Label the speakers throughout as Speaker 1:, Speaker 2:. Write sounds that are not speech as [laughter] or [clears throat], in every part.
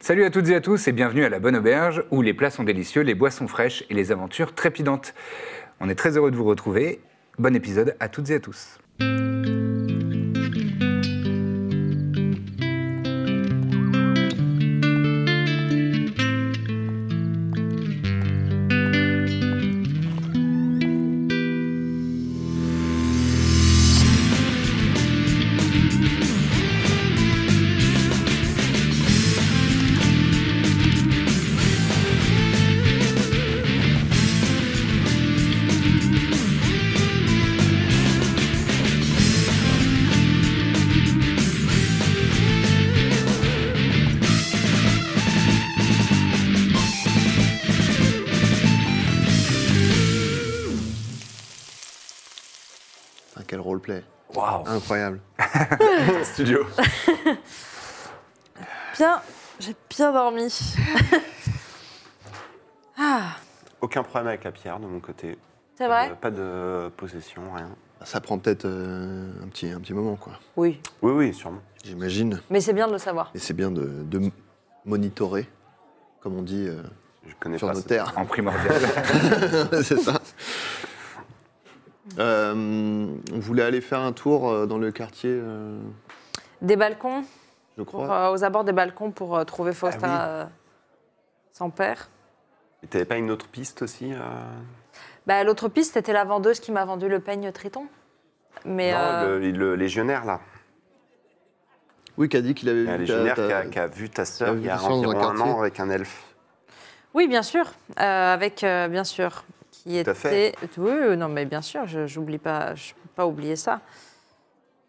Speaker 1: Salut à toutes et à tous et bienvenue à la Bonne Auberge où les plats sont délicieux, les boissons fraîches et les aventures trépidantes. On est très heureux de vous retrouver. Bon épisode à toutes et à tous.
Speaker 2: Putain, Ah, quel roleplay.
Speaker 1: Waouh
Speaker 3: Oh. [laughs]
Speaker 2: Incroyable.
Speaker 1: Studio
Speaker 4: Bien, j'ai bien dormi. [laughs] ah,
Speaker 3: Aucun problème avec la pierre de mon côté.
Speaker 4: c'est
Speaker 3: Pas
Speaker 4: vrai
Speaker 3: de- Pas de possession, rien.
Speaker 2: Ça prend peut-être euh, un, petit, un petit moment, quoi.
Speaker 4: Oui,
Speaker 3: Oui, oui, sûrement.
Speaker 2: J'imagine.
Speaker 4: mais c'est bien de le savoir.
Speaker 2: Et c'est bien de, de m- monitorer, comme on dit euh,
Speaker 3: Je connais
Speaker 2: sur
Speaker 3: pas.
Speaker 2: nos
Speaker 3: ce-
Speaker 2: terres.
Speaker 1: En primordial.
Speaker 2: [laughs] c'est ça. Euh, on voulait aller faire un tour euh, dans le quartier, euh,
Speaker 4: Des balcons,
Speaker 2: je
Speaker 4: pour,
Speaker 2: crois.
Speaker 4: euh, aux abords des balcons pour euh, trouver Faustin
Speaker 3: Ah
Speaker 4: euh,
Speaker 3: oui.
Speaker 4: sans père.
Speaker 3: Et T'avais pas une autre piste aussi euh,
Speaker 4: Bah, L'autre piste, c'était la vendeuse qui m'a vendu le peigne Triton. Mais
Speaker 3: Non,
Speaker 4: euh,
Speaker 3: le, le légionnaire, là.
Speaker 2: Oui, qui a dit qu'il avait
Speaker 3: Il y a un
Speaker 2: vu.
Speaker 3: légionnaire
Speaker 2: ta-
Speaker 3: qui a,
Speaker 2: ta-
Speaker 3: qui a vu ta
Speaker 2: qui a
Speaker 3: sœur
Speaker 2: vu
Speaker 3: il y
Speaker 2: ta
Speaker 3: a
Speaker 2: sœur dans un
Speaker 3: environ un
Speaker 2: quartier.
Speaker 3: an avec un elfe.
Speaker 4: Oui, bien sûr, euh, avec, euh, bien sûr, qui
Speaker 3: Tout
Speaker 4: était...
Speaker 3: à fait.
Speaker 4: Oui, oui, non, mais bien sûr, je n'oublie pas, je peux pas oublier ça.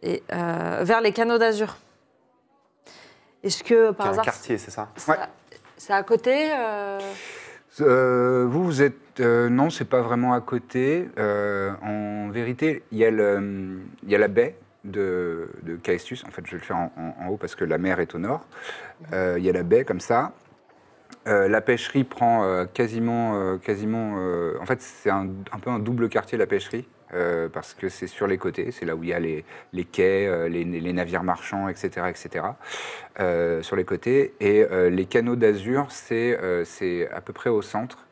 Speaker 4: Et euh, vers les canaux d'azur. Est-ce que,
Speaker 3: Qui
Speaker 4: par
Speaker 3: a un
Speaker 4: hasard,
Speaker 3: quartier, c'est ça
Speaker 4: ça- c'est à côté euh,
Speaker 1: Euh, vous, vous êtes. euh, non, c'est pas vraiment à côté. Euh, en vérité, il y, a le- il y a la baie de, de Caestus. En fait, je vais le faire en, en- en haut parce que la mer est au nord. Euh, il y a la baie comme ça. Euh, la pêcherie prend euh, quasiment. euh, quasiment euh, en fait, c'est un, un peu un double quartier, la pêcherie. euh, parce que c'est sur les côtés, c'est là où il y a les, les quais, euh, les, les navires marchands, etc. etc euh, sur les côtés. Et euh, les canaux d'azur, c'est euh, c'est à peu près au centre.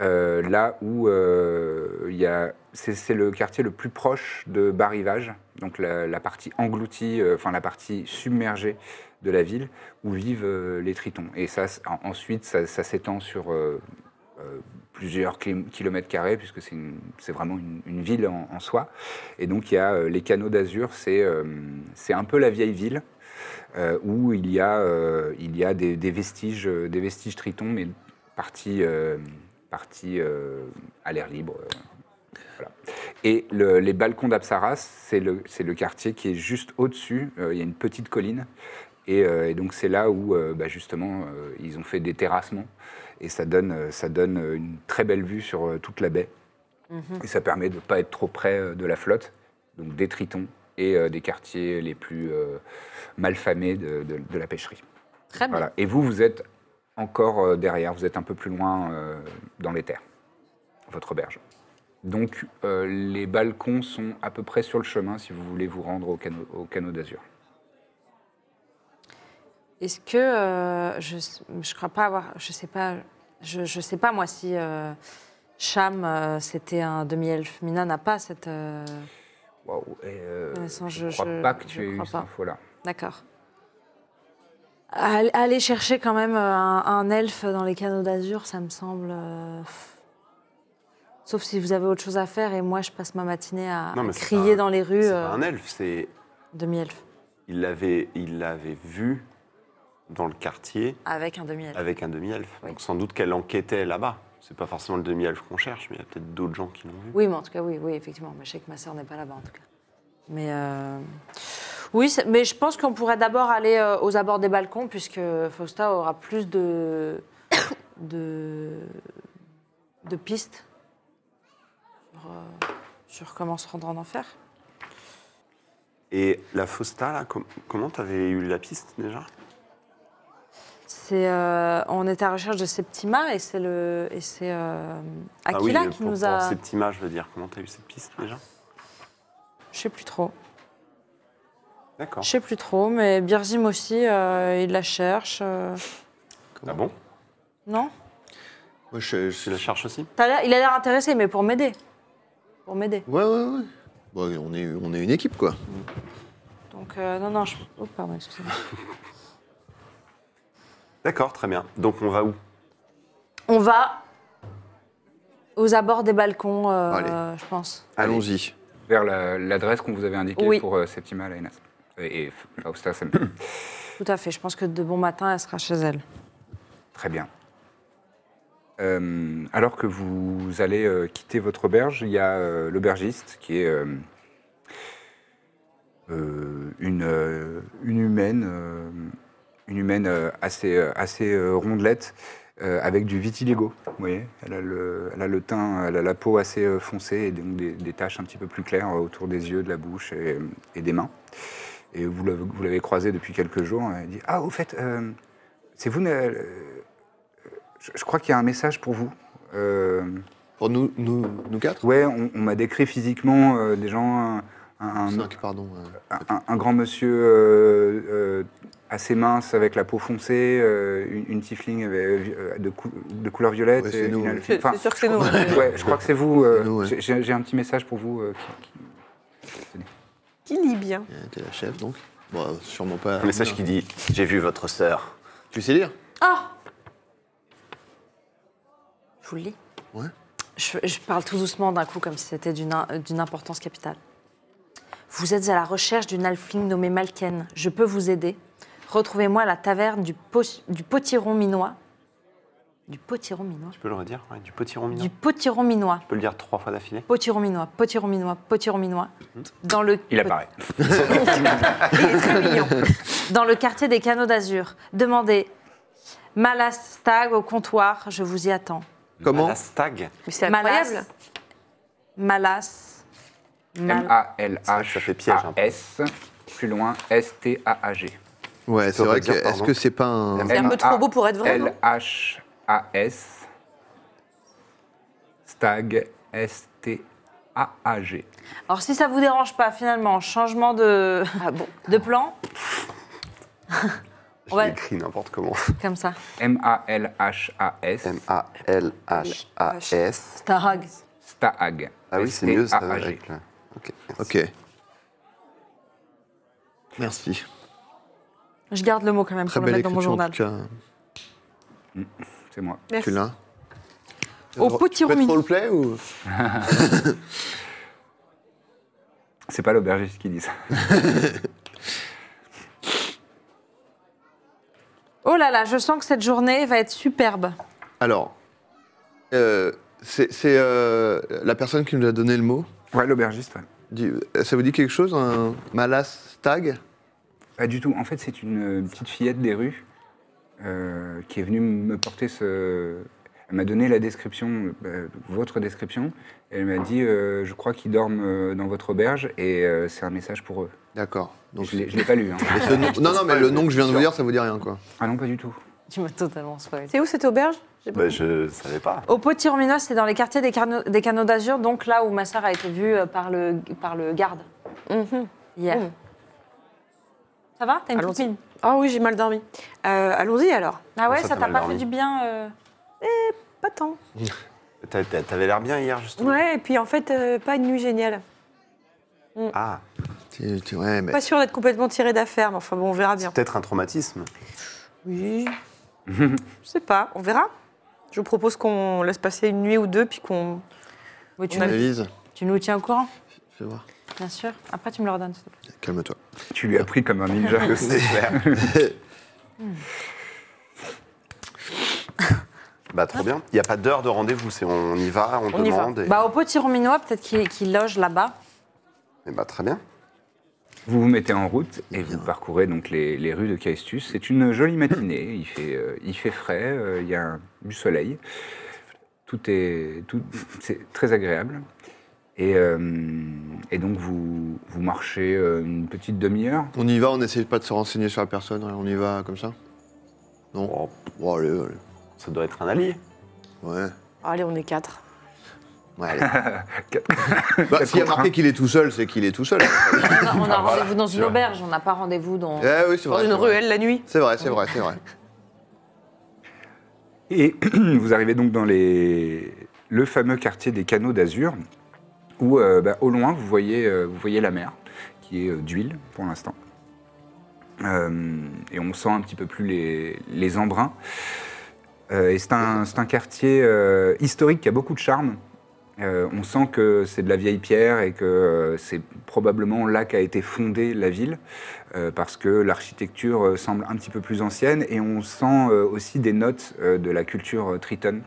Speaker 1: Euh, là où euh, il y a, c'est c'est le quartier le plus proche de Barrivage, donc la, la partie engloutie, euh, enfin la partie submergée de la ville où vivent euh, les tritons. Et ça, c'est- en- ensuite, ça, ça s'étend sur euh, euh, plusieurs clim- kilomètres carrés puisque c'est une- c'est vraiment une, une ville en, en soi. Et donc il y a euh, les canaux d'azur, c'est euh, c'est un peu la vieille ville euh, où il y a, euh, il y a des, des vestiges, euh, des vestiges tritons, mais partis, euh, partis, euh, à l'air libre. euh, voilà. Et le- les balcons d'Apsaras, c'est le, c'est le quartier qui est juste au-dessus. euh, il y a une petite colline. Et, euh, et donc c'est là où euh, bah, justement euh, ils ont fait des terrassements et ça donne, euh, ça donne euh, une très belle vue sur euh, toute la baie et ça permet de ne pas être trop près euh, de la flotte, donc des tritons et euh, des quartiers les plus euh, malfamés de, de- de la pêcherie.
Speaker 4: Très bien.
Speaker 1: Voilà. Et vous, vous êtes encore euh, derrière, vous êtes un peu plus loin euh, dans les terres, votre auberge. Donc euh, les balcons sont à peu près sur le chemin si vous voulez vous rendre au canot, au canot d'Azur.
Speaker 4: Est-ce que euh, je je crois pas avoir je sais pas je, je sais pas moi si euh, Cham euh, c'était un demi-elfe Mina n'a pas cette euh,
Speaker 1: Waouh, et, euh,
Speaker 4: Vincent,
Speaker 1: je ne
Speaker 4: je-
Speaker 1: crois
Speaker 4: je-
Speaker 1: pas que
Speaker 4: je
Speaker 1: tu aies eu
Speaker 4: crois
Speaker 1: cette
Speaker 4: pas.
Speaker 1: info-là.
Speaker 4: d'accord Allez aller chercher quand même euh, un, un elfe dans les canaux d'azur ça me semble euh, pff. sauf si vous avez autre chose à faire et moi je passe ma matinée à,
Speaker 3: Non,
Speaker 4: à
Speaker 3: mais c'est
Speaker 4: crier
Speaker 3: pas-
Speaker 4: dans les rues
Speaker 3: C'est pas
Speaker 4: euh,
Speaker 3: un elfe, c'est.
Speaker 4: demi-elfe
Speaker 3: Il l'avait il l'avait vu dans le quartier
Speaker 4: avec un demi-elfe
Speaker 3: avec un demi-elfe.
Speaker 4: Oui.
Speaker 3: Donc sans doute qu'elle enquêtait là-bas. C'est pas forcément le demi-elfe qu'on cherche, mais il y a peut-être d'autres gens qui l'ont vu.
Speaker 4: Oui, mais en tout cas, oui, oui, effectivement. Mais je sais que ma sœur n'est pas là-bas, en tout cas. Mais euh, oui, c'est- mais je pense qu'on pourrait d'abord aller euh, aux abords des balcons, puisque Fausta aura plus de de, de pistes sur, euh, sur comment se rendre en enfer.
Speaker 3: Et la Fausta, là, com- comment t'avais eu la piste déjà
Speaker 4: C'est, euh, on est à la recherche de Septima et c'est le et c'est euh, Aquila
Speaker 3: mais
Speaker 4: qui
Speaker 3: Ah pour,
Speaker 4: nous a.
Speaker 3: Pour Septima, je veux dire, comment t'as eu cette piste déjà
Speaker 4: Je sais plus trop.
Speaker 3: D'accord.
Speaker 4: Je sais plus trop, mais Birzim aussi, euh, il la cherche. euh.
Speaker 3: Ah bon
Speaker 4: Non
Speaker 2: Moi, je,
Speaker 3: Tu
Speaker 2: je-
Speaker 3: la cherches aussi
Speaker 4: T'as l'air- Il a l'air intéressé, mais pour m'aider. Pour m'aider.
Speaker 2: Ouais, ouais, ouais. Bon, on, est, on est une équipe, quoi.
Speaker 4: Donc, euh, non, non, je. Oh, pardon, excusez-moi.
Speaker 3: D'accord, très bien. Donc on va où
Speaker 4: On va aux abords des balcons, euh,
Speaker 2: Allez.
Speaker 4: je pense.
Speaker 3: Allez.
Speaker 2: Allons-y.
Speaker 1: Vers la- l'adresse qu'on vous avait indiquée
Speaker 4: Oui.
Speaker 1: pour euh, Septima Laenas. Et, et Fausta Semper.
Speaker 4: Tout à fait. Je pense que de bon matin, elle sera chez elle.
Speaker 1: Très bien. Euh, alors que vous allez euh, quitter votre auberge, il y a euh, l'aubergiste qui est euh, euh, une, euh, une humaine, euh, une humaine euh, assez, euh, assez euh, rondelette. euh, avec du vitiligo, vous voyez, elle a, le, elle a le teint, elle a la peau assez euh, foncée et donc des, des taches un petit peu plus claires euh, autour des yeux, de la bouche et, et des mains. Et vous l'avez vous l'avez croisée depuis quelques jours. Elle dit Ah, au fait, euh, c'est vous, Naël, euh, je, je crois qu'il y a un message pour vous. Euh,
Speaker 2: Pour nous, nous, nous quatre
Speaker 1: ouais, on, on m'a décrit physiquement euh, des gens, un, un-
Speaker 2: Cinq, pardon. euh.
Speaker 1: un- un grand monsieur euh, euh, assez mince avec la peau foncée, euh, une, une tiefling avec- euh, de, cou- de couleur violette.
Speaker 2: Ouais, c'est
Speaker 1: et
Speaker 2: nous,
Speaker 1: une
Speaker 2: ouais.
Speaker 1: alphine.
Speaker 5: C'est
Speaker 1: Enfin,
Speaker 5: c'est sûr que c'est nous.
Speaker 1: ouais, je crois que c'est vous. euh,
Speaker 2: C'est nous, ouais.
Speaker 1: j'ai- J'ai j'ai un petit message pour vous. euh, qui- qui-
Speaker 5: Qui lit bien
Speaker 2: Euh, T'es la chef, donc Bon, sûrement pas.
Speaker 3: Un message qui dit J'ai vu votre sœur.
Speaker 2: Tu sais lire
Speaker 4: Ah Je vous le lis.
Speaker 2: Ouais.
Speaker 4: Je, je parle tout doucement d'un coup, comme si c'était d'une im- d'une importance capitale. Vous êtes à la recherche d'une alphine nommée Malken. Je peux vous aider. Retrouvez-moi à la taverne du, pos- du potiron minois. Du potiron minois
Speaker 3: Tu peux le redire ouais, Du potiron mignon.
Speaker 4: Du potiron minois.
Speaker 3: Tu peux le dire trois fois d'affilée
Speaker 4: Potiron minois, potiron minois, potiron minois. Dans le
Speaker 1: Il apparaît.
Speaker 4: Il est très
Speaker 1: [laughs]
Speaker 4: mignon. Dans le quartier des Canaux d'Azur. Demandez Malastag au comptoir, je vous y attends.
Speaker 2: Comment
Speaker 3: La stag
Speaker 5: Mais c'est
Speaker 4: Malas.
Speaker 5: incroyable.
Speaker 4: Malas. Mal-
Speaker 3: Ça fait piège,
Speaker 2: hein.
Speaker 3: un peu.
Speaker 1: M-A-L-H-A-S. Plus loin, S-T-A-A-G.
Speaker 2: Ouais, c'est vrai que.
Speaker 3: redire,
Speaker 2: Est-ce
Speaker 3: pardon.
Speaker 2: que c'est pas un.
Speaker 5: C'est un peu trop beau pour être vrai, non
Speaker 1: L-H-A-S. Stag. S-T-A-A-G.
Speaker 4: Alors si ça vous dérange pas finalement, changement de,
Speaker 5: Ah bon
Speaker 4: de plan,
Speaker 3: Je
Speaker 4: Ouais.
Speaker 3: l'écris n'importe comment.
Speaker 4: comme ça.
Speaker 1: M-A-L-H-A-S.
Speaker 3: M-A-L-H-A-S.
Speaker 4: Starag.
Speaker 1: Stag.
Speaker 3: Ah oui, c'est mieux ça.
Speaker 1: S-T-A-A-G.
Speaker 3: Avec le... Ok.
Speaker 2: Ok. Merci.
Speaker 4: Je garde le mot quand même
Speaker 2: Très
Speaker 4: pour le
Speaker 2: belle
Speaker 4: mettre dans mon
Speaker 2: écriture, en
Speaker 4: journal.
Speaker 2: tout cas.
Speaker 1: C'est moi.
Speaker 5: Merci.
Speaker 2: Tu l'as
Speaker 4: Au
Speaker 2: Tu peux
Speaker 4: potiron
Speaker 2: être
Speaker 4: mignon.
Speaker 2: roleplay ou
Speaker 1: C'est pas l'aubergiste qui dit ça.
Speaker 4: Oh là là, je sens que cette journée va être superbe.
Speaker 2: Alors, euh, c'est c'est, euh, la personne qui nous a donné le mot.
Speaker 1: Ouais, l'aubergiste, ouais.
Speaker 2: dit- Ça vous dit quelque chose Un malas tag
Speaker 1: Pas du tout. En fait, c'est une euh, petite fillette des rues euh, qui est venue me porter ce. Elle m'a donné la description, euh, votre description. et elle m'a dit euh, Je crois qu'ils dorment euh, dans votre auberge et euh, c'est un message pour eux.
Speaker 2: D'accord. Donc,
Speaker 1: je ne l'ai pas lu.
Speaker 3: [laughs]
Speaker 1: hein.
Speaker 2: ce [laughs] nom- non, non, mais le nom que je viens de vous dire, ça vous dit rien, quoi.
Speaker 1: Ah non, pas du tout.
Speaker 4: [laughs] Tu m'as totalement spoilé.
Speaker 5: C'est où cette auberge J'ai pas-
Speaker 3: Bah, je savais pas.
Speaker 4: Au potiron minois, c'est dans les quartiers des, Carno- des Canaux d'Azur, donc là où ma sœur a été vue euh, par le, par le garde Mm-hmm.
Speaker 5: Mhm.
Speaker 4: hier.
Speaker 5: Mm.
Speaker 4: Ça va T'as une
Speaker 5: Allons-y.
Speaker 4: copine
Speaker 5: Ah oui, j'ai mal dormi. Euh, Allons-y alors.
Speaker 4: Ah ouais,
Speaker 3: ça,
Speaker 4: ça t'a
Speaker 3: t'as mal
Speaker 4: pas
Speaker 3: dormi
Speaker 4: fait du bien euh,
Speaker 5: Pas tant.
Speaker 3: T'a- t'a- T'avais l'air bien hier, justement.
Speaker 5: Ouais, et puis en fait, euh, pas une nuit géniale.
Speaker 3: Ah,
Speaker 2: Tu- tu- Ouais, mais
Speaker 5: Pas sûr d'être complètement tiré d'affaire, mais enfin bon, on verra bien.
Speaker 3: c'est peut-être un traumatisme.
Speaker 5: Oui. je sais pas, on verra. Je vous propose qu'on laisse passer une nuit ou deux, puis qu'on.
Speaker 4: oui, tu, nous,
Speaker 2: Élise,
Speaker 4: tu nous tiens au courant,
Speaker 2: fais voir.
Speaker 4: bien sûr. Après, tu me le redonnes, s'il te plaît.
Speaker 2: Calme-toi.
Speaker 1: Tu lui as pris comme un ninja.
Speaker 3: [laughs] C'est
Speaker 5: [laughs]
Speaker 3: clair. bah, trop bien. Il n'y a pas d'heure de rendez-vous. c'est On y va, on,
Speaker 5: y va.
Speaker 3: demande. Et...
Speaker 4: Bah, au potiron minois, peut-être qu'il qu'il loge
Speaker 3: [laughs]
Speaker 4: là-bas.
Speaker 3: et bah, très bien.
Speaker 1: Vous vous mettez en route et vous parcourez donc les, les rues de Caestus. C'est une jolie matinée, il fait, euh, il fait frais, euh, il y a du soleil. Tout est, tout, c'est très agréable. Et, euh, et donc vous, vous marchez euh, une petite demi-heure.
Speaker 2: On y va, on n'essaye pas de se renseigner sur la personne, ouais, on y va comme ça Non
Speaker 3: Oh,
Speaker 2: Bon, allez, allez.
Speaker 3: ça doit être un allié.
Speaker 2: Ouais.
Speaker 5: Allez, on est quatre.
Speaker 2: Ouais, allez. bah, S'il y a marqué qu'il est tout seul, c'est qu'il est tout seul.
Speaker 4: On a, on a
Speaker 1: Ah, voilà,
Speaker 4: rendez-vous dans une
Speaker 1: sûr.
Speaker 4: auberge, on n'a pas rendez-vous dans.
Speaker 2: Eh oui, c'est
Speaker 5: Dans
Speaker 2: vrai.
Speaker 5: une
Speaker 2: c'est vrai.
Speaker 5: ruelle la nuit.
Speaker 2: C'est vrai, c'est vrai, c'est vrai.
Speaker 1: Et [clears throat] vous arrivez donc dans les... le fameux quartier des canaux d'Azur, où euh, bah, au loin, vous voyez, euh, vous voyez la mer, qui est euh, d'huile pour l'instant. Euh, et on sent un petit peu plus les, les embruns. Euh, et c'est un, c'est un quartier euh, historique qui a beaucoup de charme. Euh, on sent que c'est de la vieille pierre et que euh, c'est probablement là qu'a été fondée la ville, euh, parce que l'architecture euh, semble un petit peu plus ancienne et on sent euh, aussi des notes euh, de la culture euh, tritonne,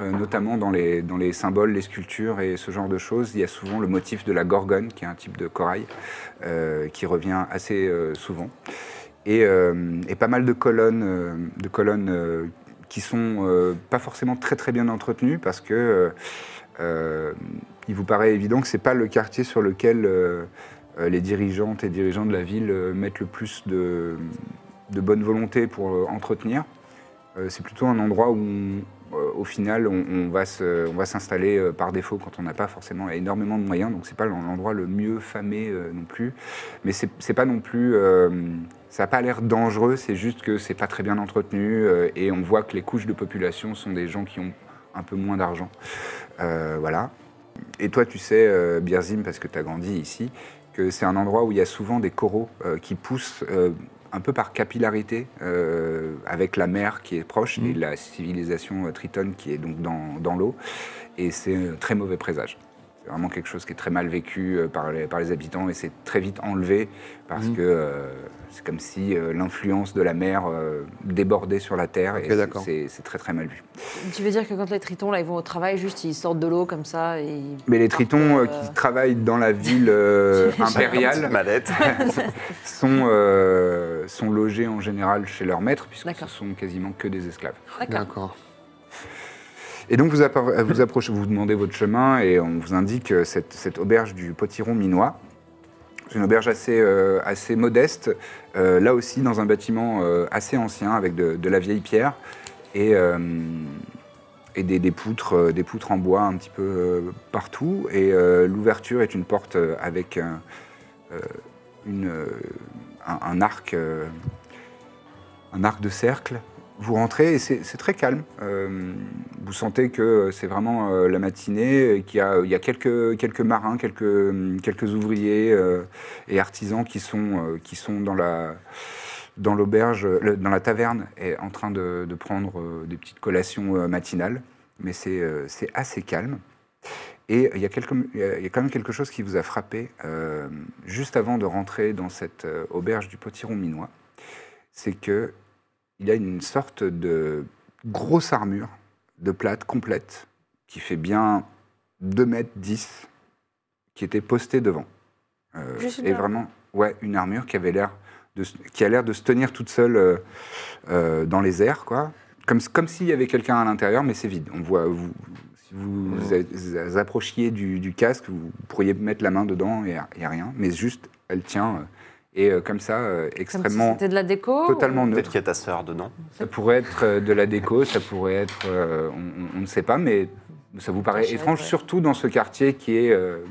Speaker 1: euh, notamment dans les, dans les symboles, les sculptures et ce genre de choses. Il y a souvent le motif de la gorgone, qui est un type de corail, euh, qui revient assez euh, souvent. Et, euh, et pas mal de colonnes, euh, de colonnes euh, qui sont euh, pas forcément très très bien entretenues parce que euh, euh, il vous paraît évident que c'est pas le quartier sur lequel euh, euh, les dirigeantes et dirigeants de la ville euh, mettent le plus de, de bonne volonté pour euh, entretenir. Euh, c'est plutôt un endroit où, on- euh, au final, on, on va se- on va s'installer euh, par défaut quand on n'a pas forcément énormément de moyens. Donc c'est pas l'endroit le mieux famé euh, non plus. Mais c'est c'est pas non plus. euh, ça n'a pas l'air dangereux, c'est juste que c'est pas très bien entretenu euh, et on voit que les couches de population sont des gens qui ont un peu moins d'argent. Euh, voilà. Et toi, tu sais, euh, Birzim, parce que tu as grandi ici, que c'est un endroit où il y a souvent des coraux euh, qui poussent euh, un peu par capillarité euh, avec la mer qui est proche et la civilisation euh, tritone qui est donc dans, dans l'eau. Et c'est un très mauvais présage. C'est vraiment quelque chose qui est très mal vécu euh, par les, par les habitants et c'est très vite enlevé parce que euh, c'est comme si euh, l'influence de la mer euh, débordait sur la terre et c'est-
Speaker 2: d'accord.
Speaker 1: c'est- c'est très très mal vu.
Speaker 4: Tu veux dire que quand les tritons, là, ils vont au travail, juste, ils sortent de l'eau comme ça et ils
Speaker 1: Mais les
Speaker 4: partent,
Speaker 1: tritons euh,
Speaker 4: euh,
Speaker 1: qui travaillent dans la ville euh,
Speaker 4: [laughs]
Speaker 1: impériale
Speaker 3: [laughs] Mallette.
Speaker 1: sont, euh, sont logés en général chez leur maître, puisque ce
Speaker 4: D'accord.
Speaker 1: sont quasiment que des esclaves.
Speaker 4: Ah, D'accord.
Speaker 2: D'accord.
Speaker 1: Et donc vous, appar- vous approchez, vous demandez votre chemin et on vous indique euh, cette, cette auberge du potiron minois. C'est une auberge assez, euh, assez modeste, euh, là aussi dans un bâtiment euh, assez ancien avec de, de la vieille pierre et, euh, et des, des poutres, euh, des poutres en bois un petit peu euh, partout. Et euh, l'ouverture est une porte euh, avec un, euh, une, euh, un, un arc, euh, un arc de cercle vous rentrez et c'est c'est très calme. Euh, vous sentez que c'est vraiment euh, la matinée, et qu'il y a, il y a quelques, quelques marins, quelques, quelques ouvriers euh, et artisans qui sont, euh, qui sont dans la dans l'auberge, euh, le- dans la taverne, et en train de, de prendre euh, des petites collations euh, matinales. Mais c'est euh, c'est assez calme. Et il y, a quelque- il y a il y a quand même quelque chose qui vous a frappé euh, juste avant de rentrer dans cette euh, auberge du potiron minois. C'est que il a une sorte de grosse armure de plate complète qui fait bien 2 mètres 10 qui était postée devant. Euh,
Speaker 5: Juste une
Speaker 1: et
Speaker 5: armure.
Speaker 1: vraiment, ouais, une armure qui avait l'air de, se- qui a l'air de se tenir toute seule euh, euh, dans les airs, quoi. Comme, comme s'il y avait quelqu'un à l'intérieur, mais c'est vide. On voit, vous, si vous
Speaker 4: Mmh.
Speaker 1: vous a- vous approchiez du, du casque, vous pourriez mettre la main dedans et il n'y a rien. Mais juste, elle tient. euh, et euh, comme ça, euh,
Speaker 4: Comme si
Speaker 1: extrêmement,
Speaker 4: c'était de la déco
Speaker 1: totalement
Speaker 3: Peut-être
Speaker 1: neutre.
Speaker 3: qu'il y a ta sœur dedans.
Speaker 1: Ça pourrait être euh, de la déco, ça pourrait être, euh, on, on- on ne sait pas, mais ça vous paraît
Speaker 4: Cachette,
Speaker 1: étrange,
Speaker 4: ouais.
Speaker 1: surtout dans ce quartier qui est euh,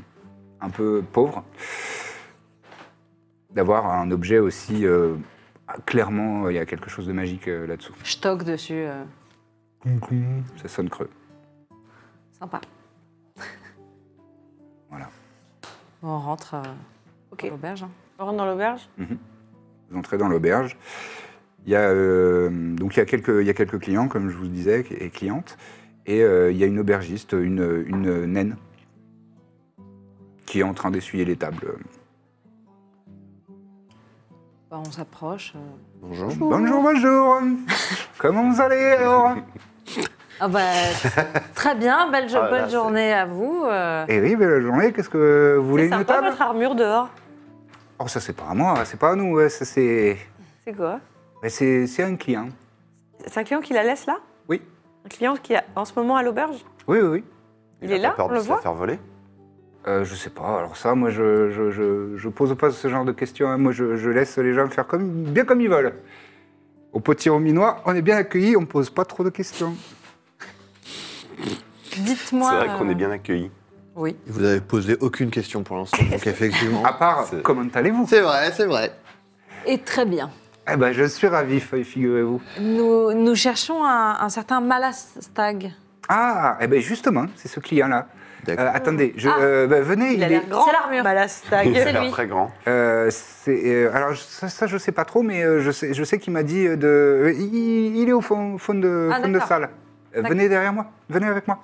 Speaker 1: un peu pauvre, d'avoir un objet aussi. euh, ah, clairement, il y a quelque chose de magique euh, là-dessous.
Speaker 4: ou- Je toque dessus. euh,
Speaker 1: Ça sonne creux.
Speaker 4: Sympa.
Speaker 3: [laughs]
Speaker 1: Voilà.
Speaker 4: Bon, on rentre euh,
Speaker 5: Ok.
Speaker 4: à l'auberge. hein.
Speaker 5: On rentre dans l'auberge
Speaker 1: Vous entrez dans l'auberge. Il y a, euh, donc il y a, quelques, il y a quelques clients, comme je vous disais, et clientes. Et euh, il y a une aubergiste, une, une naine, qui est en train d'essuyer les tables.
Speaker 4: Bah, on s'approche. euh.
Speaker 2: Bonjour.
Speaker 1: Bonjour, bonjour. Comment vous allez
Speaker 5: [laughs]
Speaker 1: alors
Speaker 4: Ah
Speaker 3: [laughs]
Speaker 4: bah, très bien, belle, jo-
Speaker 3: Ah là,
Speaker 4: bonne
Speaker 3: c'est-
Speaker 4: journée à vous. euh.
Speaker 1: Eh oui, belle journée. Qu'est-ce que vous voulez
Speaker 5: C'est
Speaker 1: une
Speaker 5: sympa
Speaker 1: table
Speaker 5: votre armure dehors.
Speaker 1: Oh, ça c'est pas à moi, c'est pas à nous. ouais, Ça c'est,
Speaker 5: C'est quoi
Speaker 1: mais c'est, c'est un client.
Speaker 5: C'est un client qui la laisse là
Speaker 1: Oui.
Speaker 5: Un client qui est en ce moment à l'auberge
Speaker 1: Oui, oui, oui.
Speaker 5: Il,
Speaker 3: a
Speaker 5: est
Speaker 3: pas
Speaker 5: là,
Speaker 3: peur
Speaker 5: on
Speaker 3: de
Speaker 5: le
Speaker 3: se
Speaker 5: voit
Speaker 3: la faire voler.
Speaker 1: Euh, je sais pas. Alors ça, moi, je, je, je, je pose pas ce genre de questions. hein. Moi, je, je laisse les gens faire comme, bien comme ils veulent. Au potiron minois, on est bien accueillis, on pose pas trop de questions.
Speaker 5: Dites-moi.
Speaker 3: C'est vrai qu'on
Speaker 5: euh,
Speaker 3: est bien accueillis.
Speaker 4: Oui.
Speaker 2: Vous n'avez posé aucune
Speaker 1: Ah.
Speaker 2: question pour l'instant, donc effectivement.
Speaker 1: À part,
Speaker 3: C'est-
Speaker 1: comment allez-vous
Speaker 2: C'est vrai, c'est vrai.
Speaker 4: Et très bien.
Speaker 1: Eh ben, je suis ravi, feuille, figurez-vous.
Speaker 4: Nous, nous cherchons un, un certain Malastag.
Speaker 1: Ah, eh ben justement, c'est ce client-là.
Speaker 2: D'accord.
Speaker 1: Euh, attendez, je,
Speaker 4: Ah.
Speaker 1: euh, bah, venez, il,
Speaker 5: Il a
Speaker 1: est-
Speaker 5: l'air grand. Bah,
Speaker 4: C'est l'armure.
Speaker 5: Balastag.
Speaker 4: C'est
Speaker 3: Il a [laughs] l'air
Speaker 4: lui.
Speaker 3: très grand.
Speaker 1: euh, c'est, euh, alors, ça, ça, je sais pas trop, mais euh, je sais, je sais qu'il m'a dit euh, de. Il, il est au fond, fond de,
Speaker 4: Ah,
Speaker 1: fond de
Speaker 4: d'accord.
Speaker 1: salle. Euh,
Speaker 4: D'accord.
Speaker 1: venez derrière moi, venez avec moi.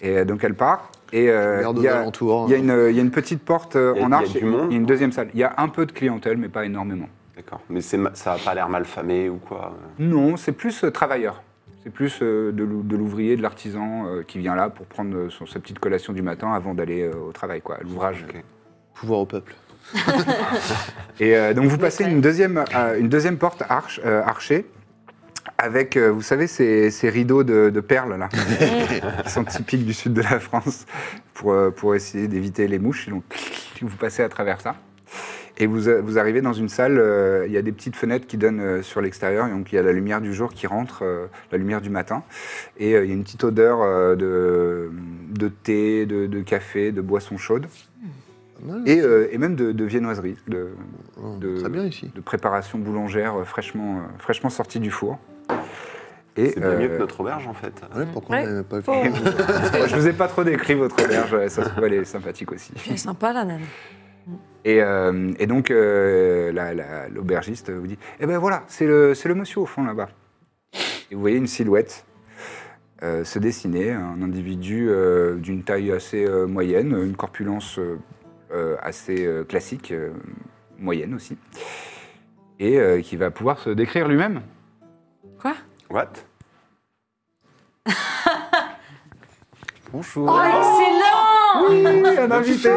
Speaker 1: Et euh, donc, elle part. Et euh,
Speaker 2: Regarde
Speaker 1: il y,
Speaker 2: aux
Speaker 1: a-
Speaker 2: alentours.
Speaker 1: il y a une- il y a une petite porte euh,
Speaker 3: Il y a-
Speaker 1: en
Speaker 3: il y a
Speaker 1: arche.
Speaker 3: du
Speaker 1: et-
Speaker 3: monde.
Speaker 1: il y a une deuxième salle. Il y a un peu de clientèle, mais pas énormément.
Speaker 3: D'accord. Mais c'est ma- ça n'a pas l'air mal famé ou quoi.
Speaker 1: Non, c'est plus euh, travailleur. C'est plus euh, de l'ou- de l'ouvrier, de l'artisan euh, qui vient là pour prendre euh, son- sa petite collation du matin avant d'aller euh, au travail, quoi, à l'ouvrage.
Speaker 3: Ok.
Speaker 2: Pouvoir au peuple.
Speaker 1: Et euh, donc vous passez
Speaker 4: ouais.
Speaker 1: une deuxième, euh, une deuxième porte arche, euh, archée avec, euh, vous savez, ces, ces rideaux de, de perles là, qui sont typiques du sud de la France pour, euh, pour essayer d'éviter les mouches. Et donc [laughs] vous passez à travers ça. Et vous, euh, vous arrivez dans une salle, euh, il y a des petites fenêtres qui donnent euh, sur l'extérieur, et donc il y a la lumière du jour qui rentre, euh, la lumière du matin, et euh, il y a une petite odeur euh, de, de thé, de, de café, de boisson chaude, et, euh, et même de, de viennoiserie, de,
Speaker 2: Oh,
Speaker 1: de-
Speaker 2: Très bien ici.
Speaker 1: de préparation boulangère euh, fraîchement, euh, fraîchement sortie du four. Et
Speaker 3: C'est bien
Speaker 1: euh,
Speaker 3: mieux que notre auberge en fait.
Speaker 2: Ah Ouais, pourquoi
Speaker 5: Ouais.
Speaker 2: on n'avait pas eu
Speaker 5: Faut-
Speaker 1: [laughs] je vous ai pas trop décrit votre auberge, euh, ça se trouve elle est sympathique aussi.
Speaker 4: C'est sympa, la nana.
Speaker 1: Et, euh, et donc euh, la- la- l'aubergiste vous dit Eh ben voilà, c'est le, c'est le monsieur au fond là-bas. Et vous voyez une silhouette euh, se dessiner, un individu euh, d'une taille assez euh, moyenne, une corpulence euh, euh, assez euh, classique, euh, moyenne aussi, et euh, qui va pouvoir se décrire lui-même.
Speaker 4: Quoi
Speaker 3: What
Speaker 2: Bonjour.
Speaker 4: Oh, excellent
Speaker 1: Oui, un invité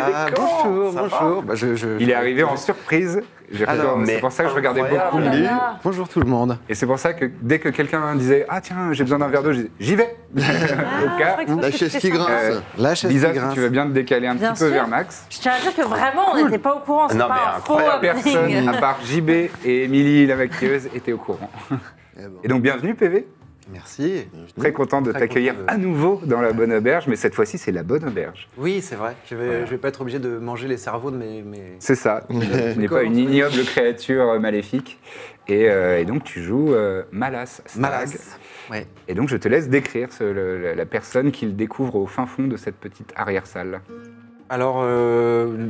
Speaker 2: Ah, bonjour, bonjour. Bah, je- je-
Speaker 1: Il est arrivé en surprise. J'ai fait-
Speaker 2: Alors,
Speaker 1: C'est
Speaker 3: mais
Speaker 1: pour ça que je regardais
Speaker 3: incroyable.
Speaker 1: beaucoup.
Speaker 4: Oh là
Speaker 2: Bienvenue.
Speaker 4: là.
Speaker 2: Bonjour tout le monde.
Speaker 1: Et c'est pour ça que dès que quelqu'un disait Ah tiens, j'ai besoin d'un verre d'eau, je disais, j'y vais Au cas où.
Speaker 2: La chaise qui
Speaker 1: Euh,
Speaker 2: grince. La chaise
Speaker 1: Lisa,
Speaker 2: qui
Speaker 1: si
Speaker 2: grince.
Speaker 1: tu veux bien te décaler un
Speaker 4: Bien
Speaker 1: petit peu
Speaker 4: sûr.
Speaker 1: vers Max.
Speaker 4: Je tiens à dire que vraiment, on n'était pas au courant. C'est
Speaker 3: Non, mais
Speaker 4: pas un faux
Speaker 3: incroyable.
Speaker 4: happening.
Speaker 1: Personne, à part JB et Émilie, la maquilleuse, était au courant.
Speaker 2: Eh ben,
Speaker 1: Et donc, bienvenue PV.
Speaker 6: Merci.
Speaker 1: Très content de
Speaker 6: Très
Speaker 1: t'accueillir
Speaker 6: content de-
Speaker 1: à nouveau dans la bonne auberge, mais cette fois-ci, c'est la bonne auberge.
Speaker 6: Oui, c'est vrai. Je vais, je vais pas être obligé de manger les cerveaux de mes. mes...
Speaker 1: C'est [laughs] ça. Tu n'es pas
Speaker 6: Comment
Speaker 1: une ignoble créature euh, maléfique. Et, euh, et donc, tu joues euh, Malas. Stag.
Speaker 6: Malas. Ouais.
Speaker 1: Et donc je te laisse décrire ce- le- la, la personne qu'il découvre au fin fond de cette petite arrière-salle.
Speaker 6: Alors, euh,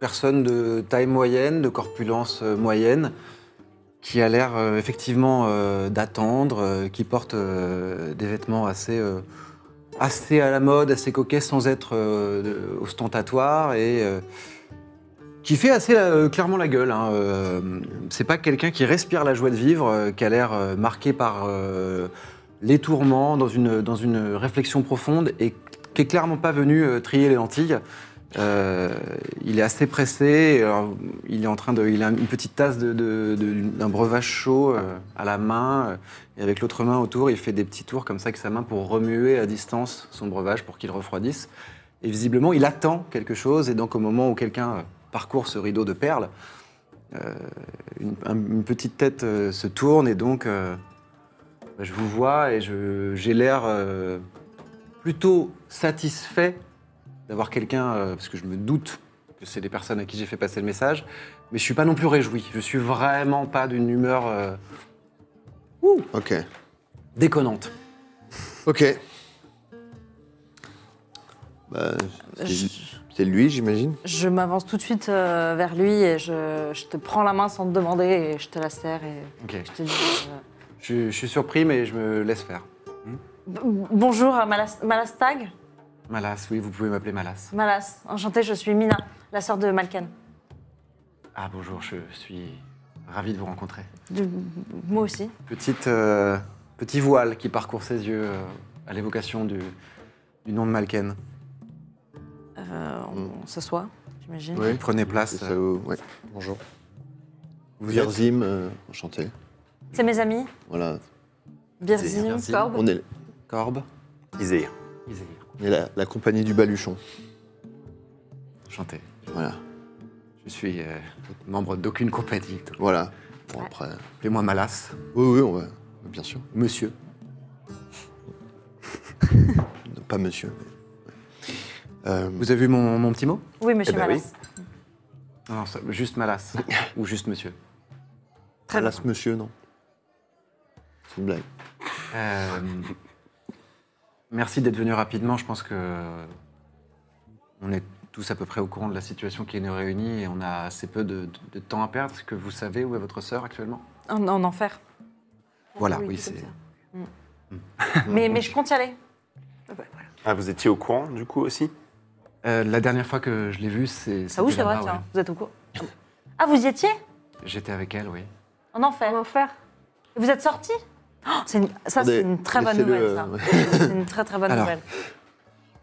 Speaker 6: personne de taille moyenne, de corpulence euh, moyenne, qui a l'air euh, effectivement euh, d'attendre, euh, qui porte euh, des vêtements assez, euh, assez à la mode, assez coquets, sans être euh, ostentatoire et euh, qui fait assez euh, clairement la gueule. hein, euh, C'est pas quelqu'un qui respire la joie de vivre, euh, qui a l'air euh, marqué par euh, les tourments, dans une, dans une réflexion profonde et qui est clairement pas venu euh, trier les lentilles. Euh, il est assez pressé. alors, il est en train de, il a une petite tasse de- de- de- d'un breuvage chaud euh, à la main euh, et avec l'autre main autour, il fait des petits tours comme ça avec sa main pour remuer à distance son breuvage pour qu'il refroidisse. Et visiblement, il attend quelque chose. Et donc, au moment où quelqu'un euh, parcourt ce rideau de perles, euh, une, un- une petite tête euh, se tourne et donc euh, bah, je vous vois et je- j'ai l'air euh, plutôt satisfait d'avoir quelqu'un, euh, parce que je me doute que c'est des personnes à qui j'ai fait passer le message, mais je suis pas non plus réjoui. Je suis vraiment pas d'une humeur euh,
Speaker 2: Ok.
Speaker 6: déconnante.
Speaker 2: Ok. Bah, c'est- c'est lui, j'imagine.
Speaker 4: Je m'avance tout de suite euh, vers lui et je, je te prends la main sans te demander et je te la serre et je te dis euh,
Speaker 6: Je, je suis surpris, mais je me laisse faire.
Speaker 4: b- bonjour à Malas- Malastag.
Speaker 6: Malas, oui, vous pouvez m'appeler Malas.
Speaker 4: Malas, enchantée, je suis Mina, la sœur de Malkan.
Speaker 6: Ah bonjour, je suis ravi de vous rencontrer.
Speaker 4: De- moi aussi.
Speaker 6: Petite, euh, petit voile qui parcourt ses yeux euh, à l'évocation du, du nom de Malken.
Speaker 4: Euh, on s'assoit, j'imagine.
Speaker 2: Oui.
Speaker 6: Prenez place.
Speaker 2: Ça, euh, ouais. Bonjour.
Speaker 6: Vous êtes
Speaker 2: Virzim, euh, enchanté.
Speaker 4: C'est mes amis,
Speaker 2: Voilà.
Speaker 4: Birzim,
Speaker 6: Birzim.
Speaker 4: Corbe.
Speaker 2: On est,
Speaker 6: Corbe
Speaker 3: Iséir.
Speaker 2: on est la, la compagnie du Baluchon.
Speaker 6: Enchanté.
Speaker 2: Voilà.
Speaker 6: Je suis euh, membre d'aucune compagnie.
Speaker 2: Voilà. Bon, après.
Speaker 6: Appelez-moi Malas,
Speaker 2: Oui, oui, on va. Bien sûr.
Speaker 6: monsieur.
Speaker 2: Non, Pas monsieur. mais- Euh,
Speaker 6: Vous avez vu mon, mon petit mot
Speaker 4: Oui, monsieur
Speaker 6: Eh ben
Speaker 4: Malas.
Speaker 6: Non, non, ça- juste [laughs] Malas. Ou juste monsieur.
Speaker 5: Très bien.
Speaker 2: Là, ce monsieur, non. C'est une blague.
Speaker 6: Euh, merci d'être venu rapidement. Je pense que on est tous à peu près au courant de la situation qui nous réunit et on a assez peu de, de- de temps à perdre. Est-ce que vous savez où est votre sœur actuellement
Speaker 5: En, en enfer.
Speaker 6: Voilà,
Speaker 4: Oui,
Speaker 6: oui,
Speaker 4: c'est comme
Speaker 6: c'est.
Speaker 4: ça. Mais, mais je compte y aller.
Speaker 3: Ah, vous étiez au courant, du coup, aussi
Speaker 6: Euh, la dernière fois que je l'ai vue, c'est.
Speaker 4: Ah oui,
Speaker 6: c'était
Speaker 4: c'est vrai,
Speaker 6: là-bas,
Speaker 4: tiens,
Speaker 6: ouais.
Speaker 4: vous êtes au courant. Ah, vous y étiez
Speaker 6: J'étais avec elle, oui.
Speaker 4: En enfer.
Speaker 5: enfer.
Speaker 4: Vous êtes sorti Ça,
Speaker 2: Attendez,
Speaker 4: c'est une très bonne
Speaker 2: laissez-le,
Speaker 4: nouvelle, ça.
Speaker 2: euh,
Speaker 4: C'est une très, très bonne
Speaker 6: Alors.
Speaker 4: nouvelle.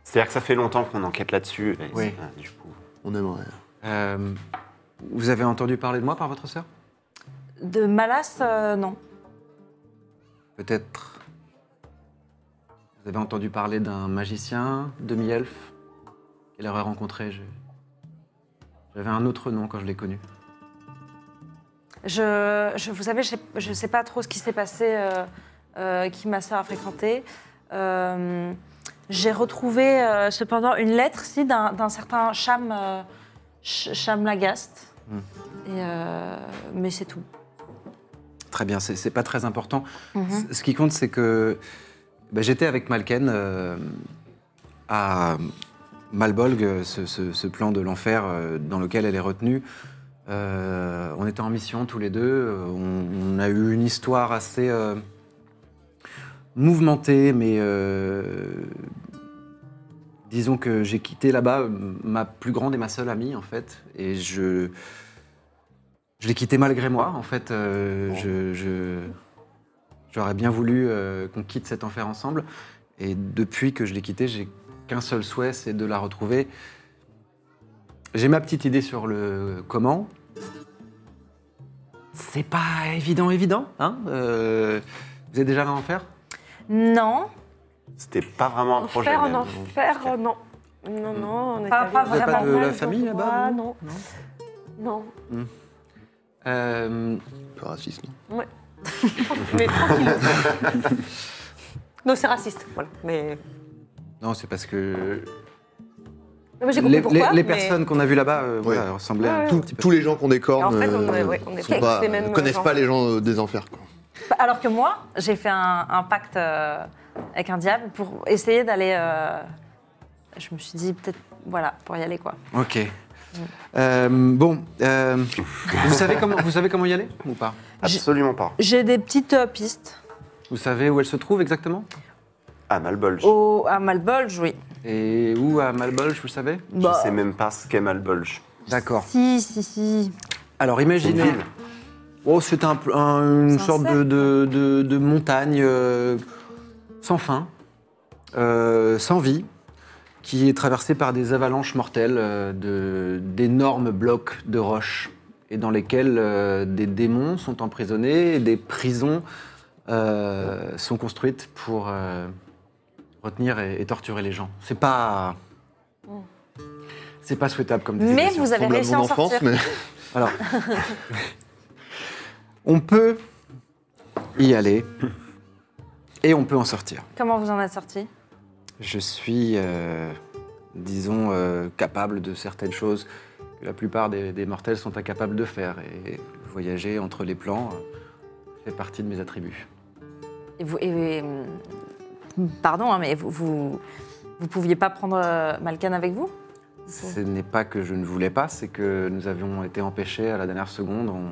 Speaker 3: C'est-à-dire que ça fait longtemps qu'on enquête là-dessus. et
Speaker 6: Oui.
Speaker 3: c'est- ah, du coup.
Speaker 2: [laughs] On aimerait.
Speaker 6: Euh, vous avez entendu parler de moi par votre sœur
Speaker 4: De Malas, euh, non.
Speaker 6: Peut-être. Vous avez entendu parler d'un magicien, demi-elfe, qu'elle aurait rencontré. je- J'avais un autre nom quand je l'ai connu.
Speaker 4: Je, je- vous savez, je sais- je ne sais pas trop ce qui s'est passé, euh, euh, qui ma sœur a fréquenté. Euh, J'ai retrouvé euh, cependant une lettre si, d'un d'un certain Cham, euh, Ch- Cham Lagaste.
Speaker 6: Hmm.
Speaker 4: Et, euh, mais c'est tout.
Speaker 6: Très bien, c'est c'est pas très important.
Speaker 4: Mhm.
Speaker 6: C- Ce qui compte, c'est que bah, j'étais avec Malken euh, à Malbolg, euh, ce, ce- ce plan de l'enfer euh, dans lequel elle est retenue. Euh, on était en mission tous les deux. euh, On, on a eu une histoire assez euh, mouvementée, mais euh, disons que j'ai quitté là-bas euh, ma plus grande et ma seule amie en fait, et je je l'ai quitté malgré moi en fait. euh, je- je- J'aurais bien voulu euh, qu'on quitte cet enfer ensemble. Et depuis que je l'ai quitté, j'ai qu'un seul souhait, c'est de la retrouver. J'ai ma petite idée sur le comment. C'est pas évident, évident, hein Euh, Vous êtes déjà allé en enfer
Speaker 4: Non,
Speaker 3: C'était pas vraiment un projet.
Speaker 5: Enfer, en
Speaker 3: même.
Speaker 5: enfer, euh, non. Non, non, on est
Speaker 4: Pas-
Speaker 5: allé-
Speaker 4: pas
Speaker 6: Vous avez pas
Speaker 4: vraiment
Speaker 6: de
Speaker 4: mal
Speaker 6: la famille
Speaker 4: autour de
Speaker 6: là-bas
Speaker 5: Ah,
Speaker 4: moi,
Speaker 6: vous [laughs]
Speaker 4: non.
Speaker 5: Non.
Speaker 6: Euh,
Speaker 2: Un peu raciste, non
Speaker 5: Mais tranquille. non, c'est raciste. Voilà. Mais.
Speaker 6: Non, c'est parce que
Speaker 5: Non, mais j'ai compris
Speaker 6: les,
Speaker 5: pourquoi.
Speaker 6: les-
Speaker 5: mais-
Speaker 6: les personnes qu'on a vues là-bas euh, voilà,
Speaker 2: Ouais.
Speaker 6: ressemblaient
Speaker 5: Ouais,
Speaker 6: à
Speaker 5: ouais.
Speaker 6: tout
Speaker 2: Tous-
Speaker 6: petit peu.
Speaker 2: Tous les gens qu'on décorne
Speaker 5: En fait, on est-
Speaker 2: euh,
Speaker 5: ouais, on est
Speaker 2: sont
Speaker 5: tous
Speaker 2: pas-
Speaker 5: les mêmes
Speaker 2: connaissent
Speaker 5: gens.
Speaker 2: pas les gens euh, des enfers. Quoi.
Speaker 4: Alors que moi, j'ai fait un, un pacte euh, avec un diable pour essayer d'aller. euh, je me suis dit peut-être, voilà, pour y aller quoi.
Speaker 6: Ok. Euh, bon, euh, vous, savez comment, vous savez comment y aller ou pas
Speaker 3: Absolument pas.
Speaker 4: J'ai des petites euh, pistes
Speaker 6: Vous savez où elle se trouve exactement
Speaker 3: Ah, Malbolge.
Speaker 5: Oh,
Speaker 4: au, à Malbolge, oui.
Speaker 6: Et où à Malbolge, vous savez
Speaker 3: Je
Speaker 5: bah.
Speaker 3: sais même pas ce qu'est Malbolge.
Speaker 6: D'accord.
Speaker 4: Si, si, si.
Speaker 6: Alors imaginez.
Speaker 3: Une ville.
Speaker 6: Oh, c'est un, pl- un- une
Speaker 4: C'est un
Speaker 6: sorte de,
Speaker 4: cercle.
Speaker 6: de- de- de montagne euh, sans fin, euh, sans vie, qui est traversée par des avalanches mortelles euh, de- d'énormes blocs de roches, et dans lesquels euh, des démons sont emprisonnés et des prisons euh, sont construites pour euh, retenir et, et torturer les gens. C'est pas. C'est pas souhaitable comme
Speaker 4: Oh. Mais
Speaker 6: destination.
Speaker 4: vous avez
Speaker 2: Semble à
Speaker 4: réussi
Speaker 2: mon
Speaker 4: à en
Speaker 2: enfance,
Speaker 4: sortir.
Speaker 2: mais
Speaker 6: Alors, on peut y aller et on peut en sortir.
Speaker 4: Comment vous en êtes sorti
Speaker 6: Je suis, euh, disons, euh, capable de certaines choses que la plupart des, des mortels sont incapables de faire. Et voyager entre les plans euh, fait partie de mes attributs.
Speaker 4: Et vous, et- euh, Pardon, hein, mais vous, vous, vous pouviez pas prendre euh, Malkan avec vous
Speaker 6: Ce n'est pas que je ne voulais pas, c'est que nous avions été empêchés à la dernière seconde. On-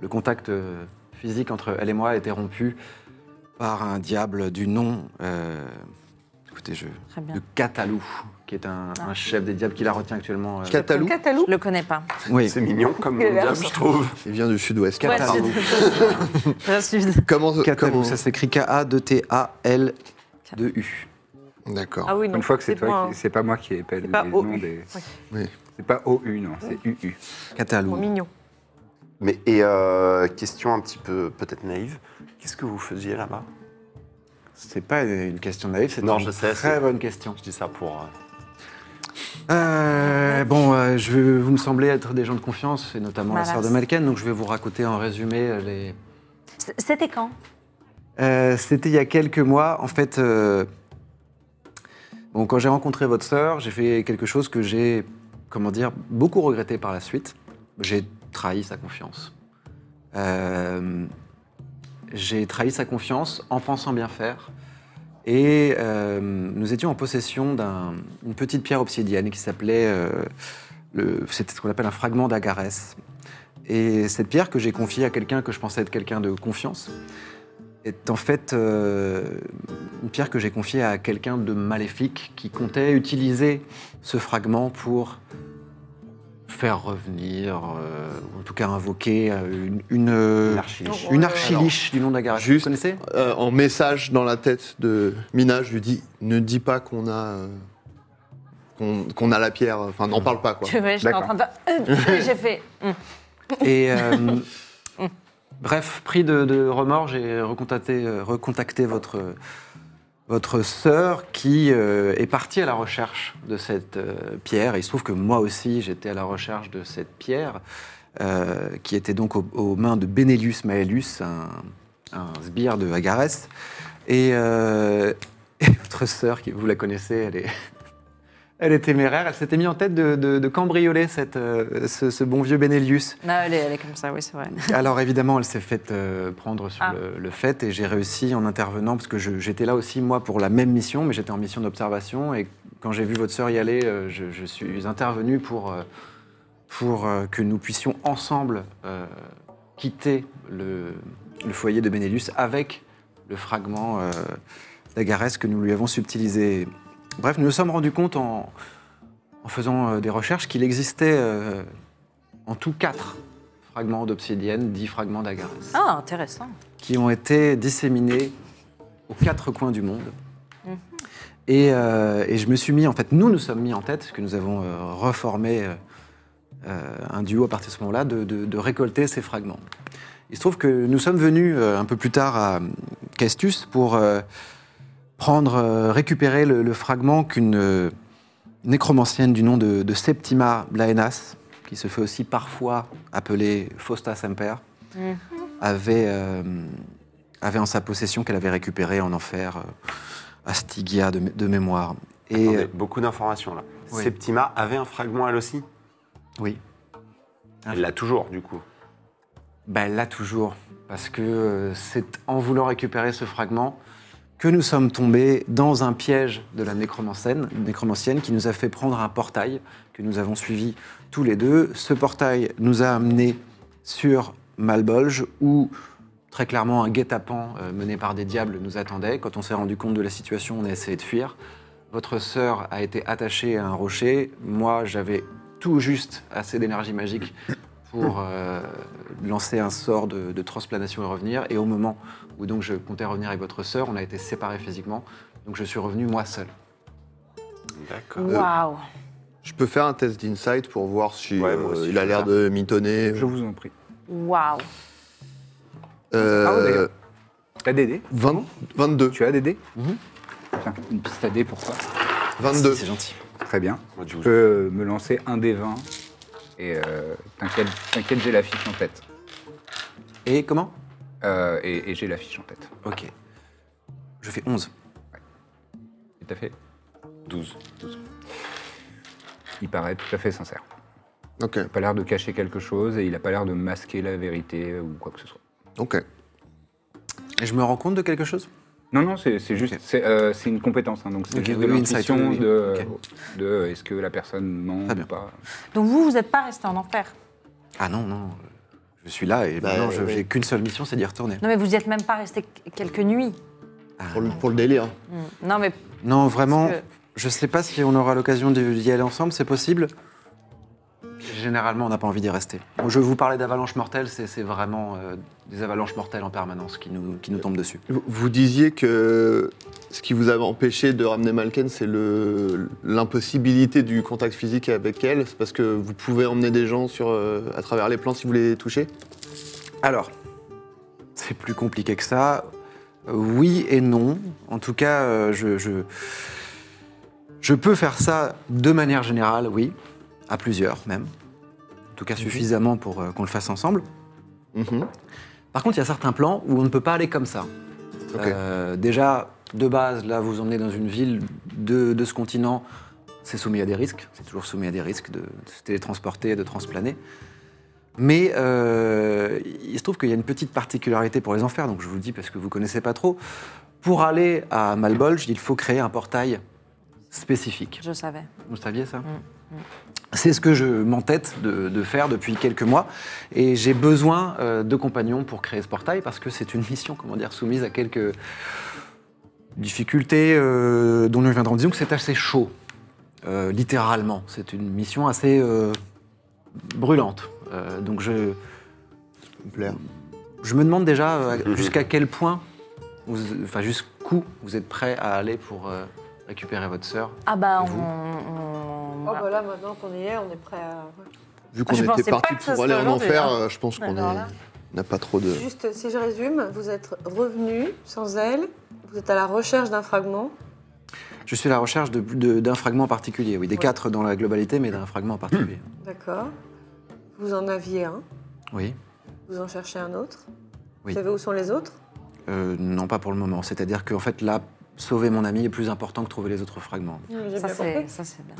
Speaker 6: Le contact euh, physique entre elle et moi a été rompu par un diable du nom. euh, Écoutez, je.
Speaker 4: Très bien.
Speaker 6: de Catalou, qui est un, un chef des diables qui la retient actuellement. euh,
Speaker 2: Catalou,
Speaker 5: Catalou.
Speaker 4: Je le connais pas.
Speaker 6: Oui.
Speaker 3: C'est mignon
Speaker 5: [laughs]
Speaker 3: comme
Speaker 5: Il a l'air
Speaker 3: diable, je trouve.
Speaker 2: il vient du sud-ouest.
Speaker 6: Ouais, Catalou.
Speaker 4: c'est Bien [laughs] sûr.
Speaker 2: Comment,
Speaker 6: Catalou,
Speaker 2: comment-
Speaker 6: ça s'écrit K-A-D-T-A-L-2-U.
Speaker 2: D'accord.
Speaker 5: Ah oui, non.
Speaker 1: Une fois que c'est
Speaker 5: dites-moi,
Speaker 1: toi, qui-
Speaker 5: hein.
Speaker 1: c'est pas moi qui épelle les
Speaker 5: C'est pas
Speaker 1: noms
Speaker 5: OU.
Speaker 1: des.
Speaker 2: Oui.
Speaker 1: C'est pas OU, non, c'est UU.
Speaker 5: Bon,
Speaker 6: Catalou.
Speaker 5: mignon.
Speaker 3: Mais et euh, question un petit peu peut-être naïve, qu'est-ce que vous faisiez là-bas
Speaker 6: C'est pas une question naïve, c'est
Speaker 3: Non,
Speaker 6: une
Speaker 3: je sais,
Speaker 6: très
Speaker 3: c'est-
Speaker 6: bonne question.
Speaker 3: Je dis ça pour. euh,
Speaker 6: Euh, bon, euh, je veux- vous me semblez être des gens de confiance, et notamment
Speaker 4: Malas.
Speaker 6: la sœur de Malken, donc je vais vous raconter en résumé euh, les,
Speaker 4: C- C'était quand
Speaker 6: Euh, C'était il y a quelques mois. En fait, euh, bon, quand j'ai rencontré votre sœur, j'ai fait quelque chose que j'ai, comment dire, beaucoup regretté par la suite. j'ai trahi sa confiance. Euh, j'ai trahi sa confiance en pensant bien faire. Et euh, nous étions en possession d'une petite pierre obsidienne qui s'appelait. euh, le- C'était ce qu'on appelle un fragment d'agarès. Et cette pierre que j'ai confiée à quelqu'un que je pensais être quelqu'un de confiance est en fait euh, une pierre que j'ai confiée à quelqu'un de maléfique qui comptait utiliser ce fragment pour faire revenir, euh, ou en tout cas invoquer euh, une, une, euh,
Speaker 3: Une archiliche.
Speaker 6: une archiliche du nom d'Agarès.
Speaker 2: Juste-
Speaker 6: Vous connaissez
Speaker 2: Euh, en message dans la tête de Mina, je lui dis ne dis pas qu'on a euh, qu'on qu'on a la pierre. Enfin, n'en parle pas quoi.
Speaker 4: Tu vois, j'étais en train de [laughs] faire, euh, J'ai fait. hum.
Speaker 6: Et euh, bref, pris de, de remords, j'ai recontacté, euh, recontacté votre, votre sœur qui euh, est partie à la recherche de cette euh, pierre. Il se trouve que moi aussi, j'étais à la recherche de cette pierre, euh, qui était donc au- aux mains de Benelius Maelus, un, un sbire de Agarès. Et, euh, [laughs] et votre sœur, qui vous la connaissez, elle est... Elle est téméraire, elle s'était mise en tête de, de- de cambrioler cette, euh, ce, ce bon vieux Benelius.
Speaker 4: Non, elle est, elle est comme ça, oui, c'est vrai.
Speaker 6: [laughs] Alors évidemment, elle s'est faite euh, prendre sur
Speaker 4: Ah.
Speaker 6: le, le fait et j'ai réussi en intervenant parce que je- j'étais là aussi moi pour la même mission, mais j'étais en mission d'observation et quand j'ai vu votre sœur y aller, euh, je, je suis intervenu pour euh, pour euh, que nous puissions ensemble euh, quitter le, le foyer de Benelux avec le fragment euh, d'Agarès que nous lui avons subtilisé. Bref, nous nous sommes rendus compte en, en faisant euh, des recherches qu'il existait euh, en tout quatre fragments d'obsidienne, dix fragments d'agarès,
Speaker 4: Ah, intéressant.
Speaker 6: qui ont été disséminés aux quatre coins du monde. Et, euh, et je me suis mis, en fait, nous nous sommes mis en tête, parce que nous avons euh, reformé euh, euh, un duo à partir de ce moment-là, de, de- de récolter ces fragments. Il se trouve que nous sommes venus euh, un peu plus tard à euh, Castus pour euh, prendre, euh, récupérer le, le fragment qu'une euh, nécromancienne du nom de, de Septima Blaenas, qui se fait aussi parfois appeler Fausta Semper, avait, euh, avait en sa possession qu'elle avait récupérée en enfer euh, à Stygia de, mé- de mémoire. Et
Speaker 3: Attendez,
Speaker 6: euh,
Speaker 3: beaucoup d'informations là.
Speaker 6: Oui.
Speaker 3: Septima avait un fragment elle aussi
Speaker 6: oui, Un-
Speaker 3: Elle l'a toujours du coup.
Speaker 6: Ben là toujours, parce que euh, c'est en voulant récupérer ce fragment que nous sommes tombés dans un piège de la nécromancienne, nécromancienne qui nous a fait prendre un portail que nous avons suivi tous les deux. Ce portail nous a amenés sur Malbolge où très clairement un guet-apens euh, mené par des diables nous attendait. Quand on s'est rendu compte de la situation, on a essayé de fuir. Votre sœur a été attachée à un rocher. Moi, j'avais tout juste assez d'énergie magique pour euh, lancer un sort de, de transplanation et revenir. Et au moment où donc je comptais revenir avec votre sœur, on a été séparés physiquement. Donc je suis revenu moi seul. Euh,
Speaker 3: D'accord.
Speaker 4: Waouh.
Speaker 2: Je peux faire un test d'insight pour voir si
Speaker 3: Ouais, moi aussi,
Speaker 2: euh,
Speaker 3: je
Speaker 2: il a
Speaker 3: veux
Speaker 2: l'air
Speaker 3: faire.
Speaker 2: de mitonner.
Speaker 1: Je vous en prie.
Speaker 4: Waouh.
Speaker 2: Euh,
Speaker 1: Ah ouais, d'ailleurs. T'as DD
Speaker 2: 20 22.
Speaker 1: Tu as DD
Speaker 6: Mhm.
Speaker 1: Tiens, Une piste à dé pour toi.
Speaker 2: 22.
Speaker 6: C'est gentil.
Speaker 1: Très bien.
Speaker 3: Moi, du
Speaker 1: Tu
Speaker 3: coup,
Speaker 1: peux me lancer un des 20 et euh, t'inquiète, t'inquiète, j'ai la fiche en tête.
Speaker 6: Et comment
Speaker 1: Euh, et et j'ai la fiche en tête.
Speaker 6: Ok. Je fais 11.
Speaker 1: Tout à fait.
Speaker 3: 12.
Speaker 1: Il paraît tout à fait sincère.
Speaker 2: Ok,
Speaker 1: Il n'a pas l'air de cacher quelque chose et il n'a pas l'air de masquer la vérité ou quoi que ce soit.
Speaker 2: ok.
Speaker 6: Et je me rends compte de quelque chose
Speaker 1: Non, non, c'est c'est juste,
Speaker 6: Ok.
Speaker 1: c'est euh, c'est une compétence, hein, donc c'est
Speaker 6: Ok,
Speaker 1: juste
Speaker 6: oui,
Speaker 1: de
Speaker 6: oui, insight,
Speaker 1: l'intuition
Speaker 6: oui, oui.
Speaker 1: de,
Speaker 6: Ok.
Speaker 1: de, euh, est-ce que la personne ment
Speaker 6: Très
Speaker 1: ou
Speaker 6: bien.
Speaker 1: pas.
Speaker 4: Donc vous, vous n'êtes pas resté en enfer.
Speaker 6: Ah non, non. Je suis là et
Speaker 2: Bah,
Speaker 6: maintenant je-
Speaker 2: euh,
Speaker 6: j'ai
Speaker 2: oui.
Speaker 6: qu'une seule mission, c'est d'y retourner.
Speaker 4: Non, mais vous n'y êtes même pas resté qu- quelques nuits.
Speaker 2: Pour le, pour le délire.
Speaker 4: Hum. Non, mais
Speaker 6: Non, vraiment,
Speaker 4: Parce que-
Speaker 6: je sais pas si on aura l'occasion d'y d'y aller ensemble, c'est possible. Généralement, on n'a pas envie d'y rester. Bon, Je vous parlais d'avalanches mortelles, c'est c'est vraiment euh, des avalanches mortelles en permanence qui nous, qui nous tombent dessus.
Speaker 2: Vous, vous disiez que ce qui vous avait empêché de ramener Malken, c'est le- l'impossibilité du contact physique avec elle. C'est parce que vous pouvez emmener des gens sur, euh, à travers les plans si vous les touchez.
Speaker 6: Alors, c'est plus compliqué que ça. Euh, Oui et non. En tout cas, euh, je, je, je peux faire ça de manière générale, oui, à plusieurs même. En tout cas,
Speaker 4: Mhm.
Speaker 6: suffisamment pour euh, qu'on le fasse ensemble.
Speaker 2: Mhm.
Speaker 6: Par contre, il y a certains plans où on ne peut pas aller comme ça.
Speaker 2: Ok.
Speaker 6: Euh, déjà, de base, là, vous emmenez dans une ville de, de ce continent, c'est soumis à des risques. C'est toujours soumis à des risques de, se télétransporter, de transplaner. Mais euh, il se trouve qu'il y a une petite particularité pour les enfers, donc je vous le dis parce que vous ne connaissez pas trop. Pour aller à Malbolge, il faut créer un portail spécifique.
Speaker 4: Je savais.
Speaker 6: Vous saviez ça C'est ce que je m'entête de, de faire depuis quelques mois. Et j'ai besoin euh, de compagnons pour créer ce portail parce que c'est une mission, comment dire, soumise à quelques difficultés euh, dont nous viendrons. Disons que c'est assez chaud, euh, littéralement. C'est une mission assez euh, brûlante. Euh, donc je,
Speaker 2: plaire.
Speaker 6: je me demande déjà euh, jusqu'à quel point, vous- enfin jusqu'où vous êtes prêt à aller pour euh, récupérer votre sœur.
Speaker 4: Ah bah,
Speaker 6: Et
Speaker 4: on.
Speaker 6: vous
Speaker 4: on-
Speaker 5: Oh,
Speaker 4: voilà.
Speaker 5: bah là, maintenant qu'on y est, on est prêt à.
Speaker 2: Vu qu'on
Speaker 4: Ah, Je pensais
Speaker 2: était
Speaker 4: pas
Speaker 2: parti
Speaker 4: que ça
Speaker 2: pour
Speaker 4: serait
Speaker 2: aller en
Speaker 4: aujourd'hui,
Speaker 2: enfer,
Speaker 4: hein.
Speaker 2: euh, je pense qu'on
Speaker 4: Alors
Speaker 2: est-
Speaker 4: là.
Speaker 2: n'a pas trop de.
Speaker 5: Juste, si je résume, vous êtes revenu sans elle, vous êtes à la recherche d'un fragment.
Speaker 6: Je suis à la recherche de- de- d'un fragment particulier, oui, des
Speaker 5: Ouais.
Speaker 6: quatre dans la globalité, mais d'un fragment particulier.
Speaker 4: Hmm.
Speaker 5: D'accord. Vous en aviez un,
Speaker 6: Oui,
Speaker 5: vous en cherchez un autre.
Speaker 6: Oui.
Speaker 5: Vous savez où sont les autres
Speaker 6: Euh, non pas pour le moment. C'est-à-dire qu'en fait là, sauver mon ami est plus important que trouver les autres fragments.
Speaker 5: J'ai
Speaker 4: Ça,
Speaker 5: bien compris.
Speaker 4: c'est ça, c'est bien.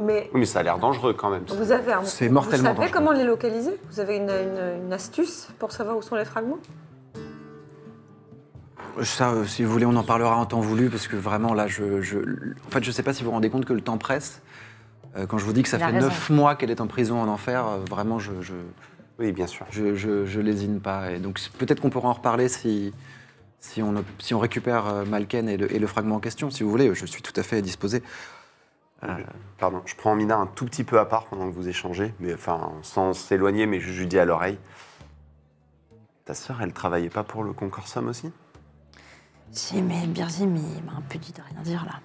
Speaker 5: Mais
Speaker 3: Oui, mais ça a l'air dangereux quand même.
Speaker 5: vous avez un.
Speaker 6: C'est mortellement
Speaker 5: Vous savez
Speaker 6: dangereux.
Speaker 5: comment les localiser Vous avez une, une- une astuce pour savoir où sont les fragments
Speaker 6: Ça, euh, si vous voulez, on en parlera en temps voulu, parce que vraiment, là, je. je- En fait, je sais pas si vous vous rendez compte que le temps presse. Euh, Quand je vous dis que ça
Speaker 4: Il a
Speaker 6: fait
Speaker 4: raison.
Speaker 6: neuf mois qu'elle est en prison en enfer, euh, vraiment, je, je,
Speaker 3: Oui, bien sûr.
Speaker 6: je, je- je lésine pas. Et donc, c'est- peut-être qu'on pourra en reparler si, si, on, ob- si on récupère euh, Malken et le, et le fragment en question, si vous voulez. Je suis tout à fait disposé.
Speaker 3: Pardon, je prends Mina un tout petit peu à part pendant que vous échangez, mais enfin, sans s'éloigner, mais je lui dis à l'oreille. Ta sœur, elle travaillait pas pour le concorsum aussi
Speaker 4: Si, mais Birzim, il m'a impudit de rien dire là.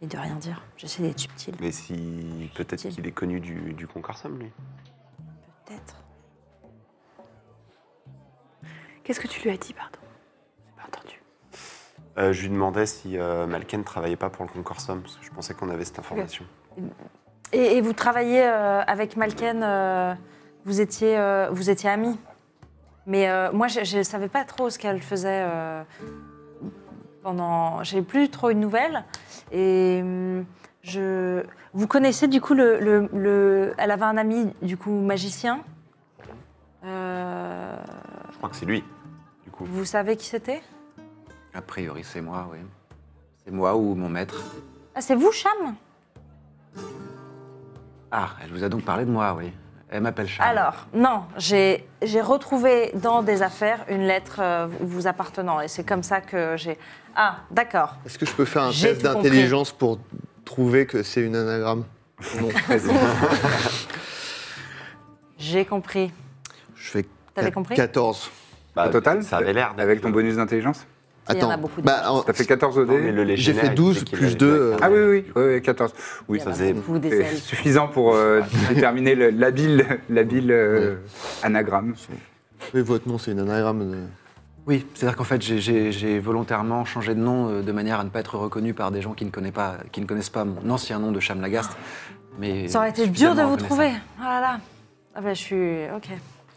Speaker 4: J'ai de rien dire. J'essaie d'être subtil.
Speaker 3: Mais si, peut-être
Speaker 4: Subtil.
Speaker 3: qu'il est connu du, du concorsum, lui.
Speaker 4: Peut-être.
Speaker 7: Qu'est-ce que tu lui as dit, pardon J'ai pas entendu.
Speaker 3: Euh, je lui demandais si euh, Malken travaillait pas pour le concorsum, parce que je pensais qu'on avait cette information.
Speaker 4: Et, et vous travaillez euh, avec Malken, euh, vous, étiez, euh, vous étiez amis. Mais euh, moi, je ne savais pas trop ce qu'elle faisait euh, pendant. J'ai plus trop une nouvelle. Et hum, je. Vous connaissez du coup le. le- le- Elle avait un ami, du coup, magicien. Euh,
Speaker 3: Je crois que c'est lui, du coup.
Speaker 4: Vous savez qui c'était
Speaker 6: A priori, c'est moi, oui. C'est moi ou mon maître.
Speaker 4: Ah, c'est vous, Cham
Speaker 6: Ah, elle vous a donc parlé de moi, oui. Elle m'appelle Charles.
Speaker 4: Alors, non, j'ai j'ai retrouvé dans des affaires une lettre euh, vous appartenant et c'est comme ça que j'ai. Ah, d'accord.
Speaker 2: Est-ce que je peux faire un
Speaker 4: J'ai
Speaker 2: test
Speaker 4: tout compris.
Speaker 2: d'intelligence pour trouver que c'est une anagramme
Speaker 1: Non, vas-y.
Speaker 4: J'ai compris.
Speaker 2: Je fais
Speaker 4: T'avais
Speaker 2: quat-
Speaker 4: compris
Speaker 2: 14.
Speaker 3: Bah,
Speaker 1: Au total
Speaker 3: Ça avait l'air d'être-
Speaker 1: Avec ton bonus d'intelligence
Speaker 4: Il y en a
Speaker 2: Attends.
Speaker 4: beaucoup de-
Speaker 2: bah, en-
Speaker 1: T'as fait 14 au
Speaker 3: Non, mais
Speaker 1: dé
Speaker 3: le
Speaker 2: J'ai
Speaker 3: légionnaire,
Speaker 2: fait
Speaker 3: il
Speaker 2: 12
Speaker 3: disait qu'il
Speaker 2: plus
Speaker 3: avait
Speaker 2: 2.
Speaker 3: deux
Speaker 1: Ah oui, oui, oui, oui, 14. Oui,
Speaker 4: Il y
Speaker 3: Ça
Speaker 4: en a
Speaker 3: faisait-
Speaker 4: beaucoup des
Speaker 1: c'est
Speaker 4: ailes.
Speaker 1: suffisant pour euh, déterminer le- l'habile l'habile, euh, anagramme.
Speaker 2: Oui, votre nom, c'est une anagramme. euh, de-
Speaker 6: Oui, c'est-à-dire qu'en fait, j'ai- j'ai j'ai volontairement changé de nom euh, de manière à ne pas être reconnu par des gens qui ne, connaissent pas, qui ne connaissent pas mon ancien nom de Cham Lagaste. Mais
Speaker 4: Ça aurait été dur de
Speaker 6: suffisamment
Speaker 4: vous trouver.
Speaker 6: reconnaissable.
Speaker 4: Ah là là. Ah ben, je suis. Ok.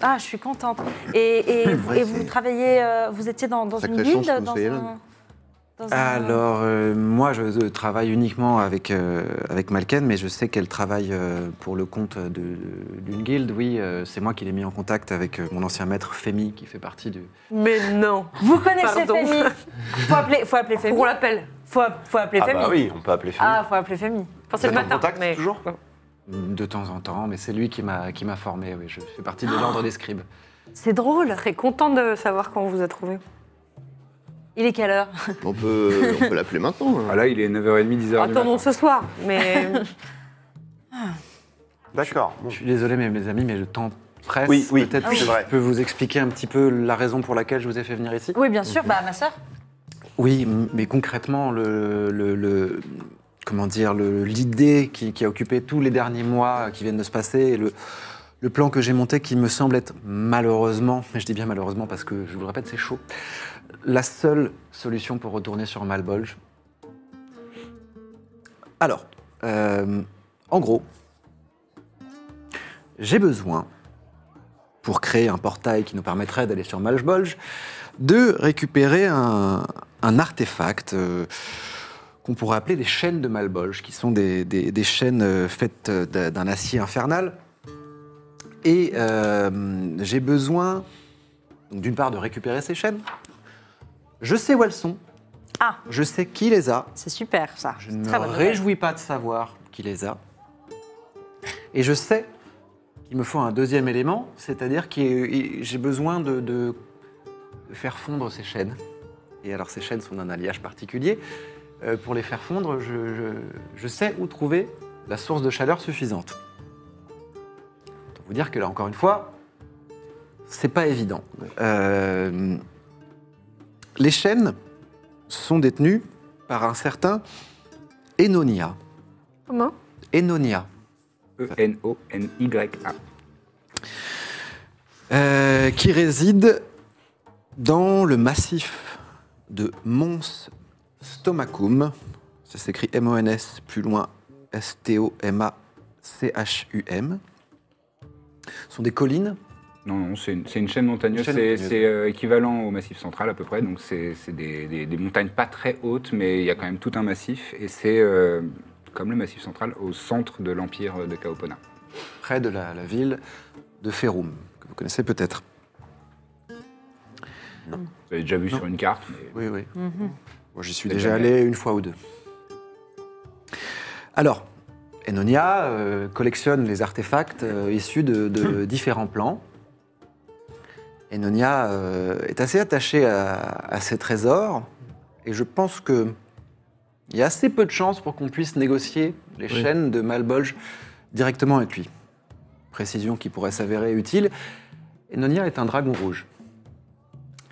Speaker 4: Ah, je suis contente. Et, et- et vous travaillez. euh, vous étiez dans, dans une
Speaker 2: Sacrée
Speaker 4: guilde
Speaker 2: chance que vous
Speaker 4: dans
Speaker 2: soyez là.
Speaker 4: un, dans un-
Speaker 6: Alors, euh, moi, je euh, travaille uniquement avec, euh, avec Malken, mais je sais qu'elle travaille euh, pour le compte de- d'une guilde. Oui, euh, c'est moi qui l'ai mis en contact avec euh, mon ancien maître Femi, qui fait partie du.
Speaker 5: Mais non
Speaker 4: Vous connaissez
Speaker 5: Pardon.
Speaker 4: Femi Faut appeler, faut appeler Femi.
Speaker 5: On l'appelle.
Speaker 4: Faut, faut appeler
Speaker 3: Ah
Speaker 4: Femi.
Speaker 3: bah oui, on peut appeler Femi.
Speaker 4: Ah, faut appeler Femi.
Speaker 5: Enfin,
Speaker 3: Vous
Speaker 5: c'est le
Speaker 3: êtes en
Speaker 5: matin.
Speaker 3: contact,
Speaker 5: mais-
Speaker 3: toujours
Speaker 6: De temps en temps, mais c'est lui qui m'a qui m'a formé. Oui, je fais partie de l'ordre des scribes.
Speaker 4: C'est drôle.
Speaker 5: Très content de savoir quand on vous a trouvé.
Speaker 4: Il est quelle heure
Speaker 2: On peut, euh, on peut l'appeler maintenant.
Speaker 4: [laughs]
Speaker 2: hein.
Speaker 1: Ah là, il est 9h30, 10h du matin.
Speaker 5: Attendons ce soir, mais
Speaker 3: D'accord. bon.
Speaker 6: Je suis désolé, mais mes amis, mais le temps presse.
Speaker 3: Oui, oui,
Speaker 6: Peut-être
Speaker 3: c'est
Speaker 6: que
Speaker 3: vrai.
Speaker 6: je peux vous expliquer un petit peu la raison pour laquelle je vous ai fait venir ici.
Speaker 4: Oui, bien sûr. Bah, ma sœur.
Speaker 6: Oui, m- mais concrètement, le, le- le- comment dire, le- l'idée qui, qui a occupé tous les derniers mois qui viennent de se passer, et le, le plan que j'ai monté qui me semble être malheureusement, mais je dis bien malheureusement parce que je vous le répète, c'est chaud, la seule solution pour retourner sur Malbolge. Alors, euh, en gros, j'ai besoin, pour créer un portail qui nous permettrait d'aller sur Malbolge, de récupérer un, un artefact euh, qu'on pourrait appeler les chaînes de Malbolge, qui sont des, des- des chaînes euh, faites euh, d'un d'un acier infernal Et euh, j'ai besoin, donc, d'une part, de récupérer ces chaînes. Je sais où elles sont.
Speaker 4: Ah.
Speaker 6: Je sais qui les a.
Speaker 4: C'est super, ça.
Speaker 6: Je
Speaker 4: C'est
Speaker 6: ne me
Speaker 4: très bonne nouvelle.
Speaker 6: réjouis pas de savoir qui les a. Et je sais qu'il me faut un deuxième élément, c'est-à-dire que euh, j'ai besoin de, de faire fondre ces chaînes. Et alors ces chaînes sont d'un alliage particulier. Euh, pour les faire fondre, je, je- je sais où trouver la source de chaleur suffisante. Autant vous dire que là, encore une fois, c'est pas évident. Euh, les chaînes sont détenues par un certain Enonia.
Speaker 7: Comment
Speaker 6: Enonia.
Speaker 1: E E-N-O-N-Y-A.
Speaker 6: Euh, qui réside dans le massif de Mons Stomacum. Ça s'écrit M-O-N-S, plus loin S-T-O-M-A-C-H-U-M. Ce sont des collines.
Speaker 1: Non, non, c'est une, c'est une chaîne montagneuse.
Speaker 6: Une chaîne
Speaker 1: C'est-
Speaker 6: montagneuse.
Speaker 1: C'est euh, équivalent au massif central à peu près. Donc c'est c'est des, des- des montagnes pas très hautes, mais il y a quand même tout un massif. Et c'est euh, comme le massif central au centre de l'empire de Kaopona.
Speaker 6: près de la, la ville de Ferum, que vous connaissez peut-être.
Speaker 1: Vous avez déjà vu
Speaker 6: Non.
Speaker 1: sur une carte. mais-
Speaker 6: Oui, oui. Bon, J'y suis
Speaker 1: Vous êtes
Speaker 6: déjà
Speaker 1: jamais
Speaker 6: allé une fois ou deux. Alors, Enonia euh, collectionne les artefacts euh, issus de, de différents plans. Enonia euh, est assez attachée à, à ses trésors et je pense que il y a assez peu de chances pour qu'on puisse négocier les chaînes de Malbolge directement avec lui. Précision qui pourrait s'avérer utile. Enonia est un dragon rouge.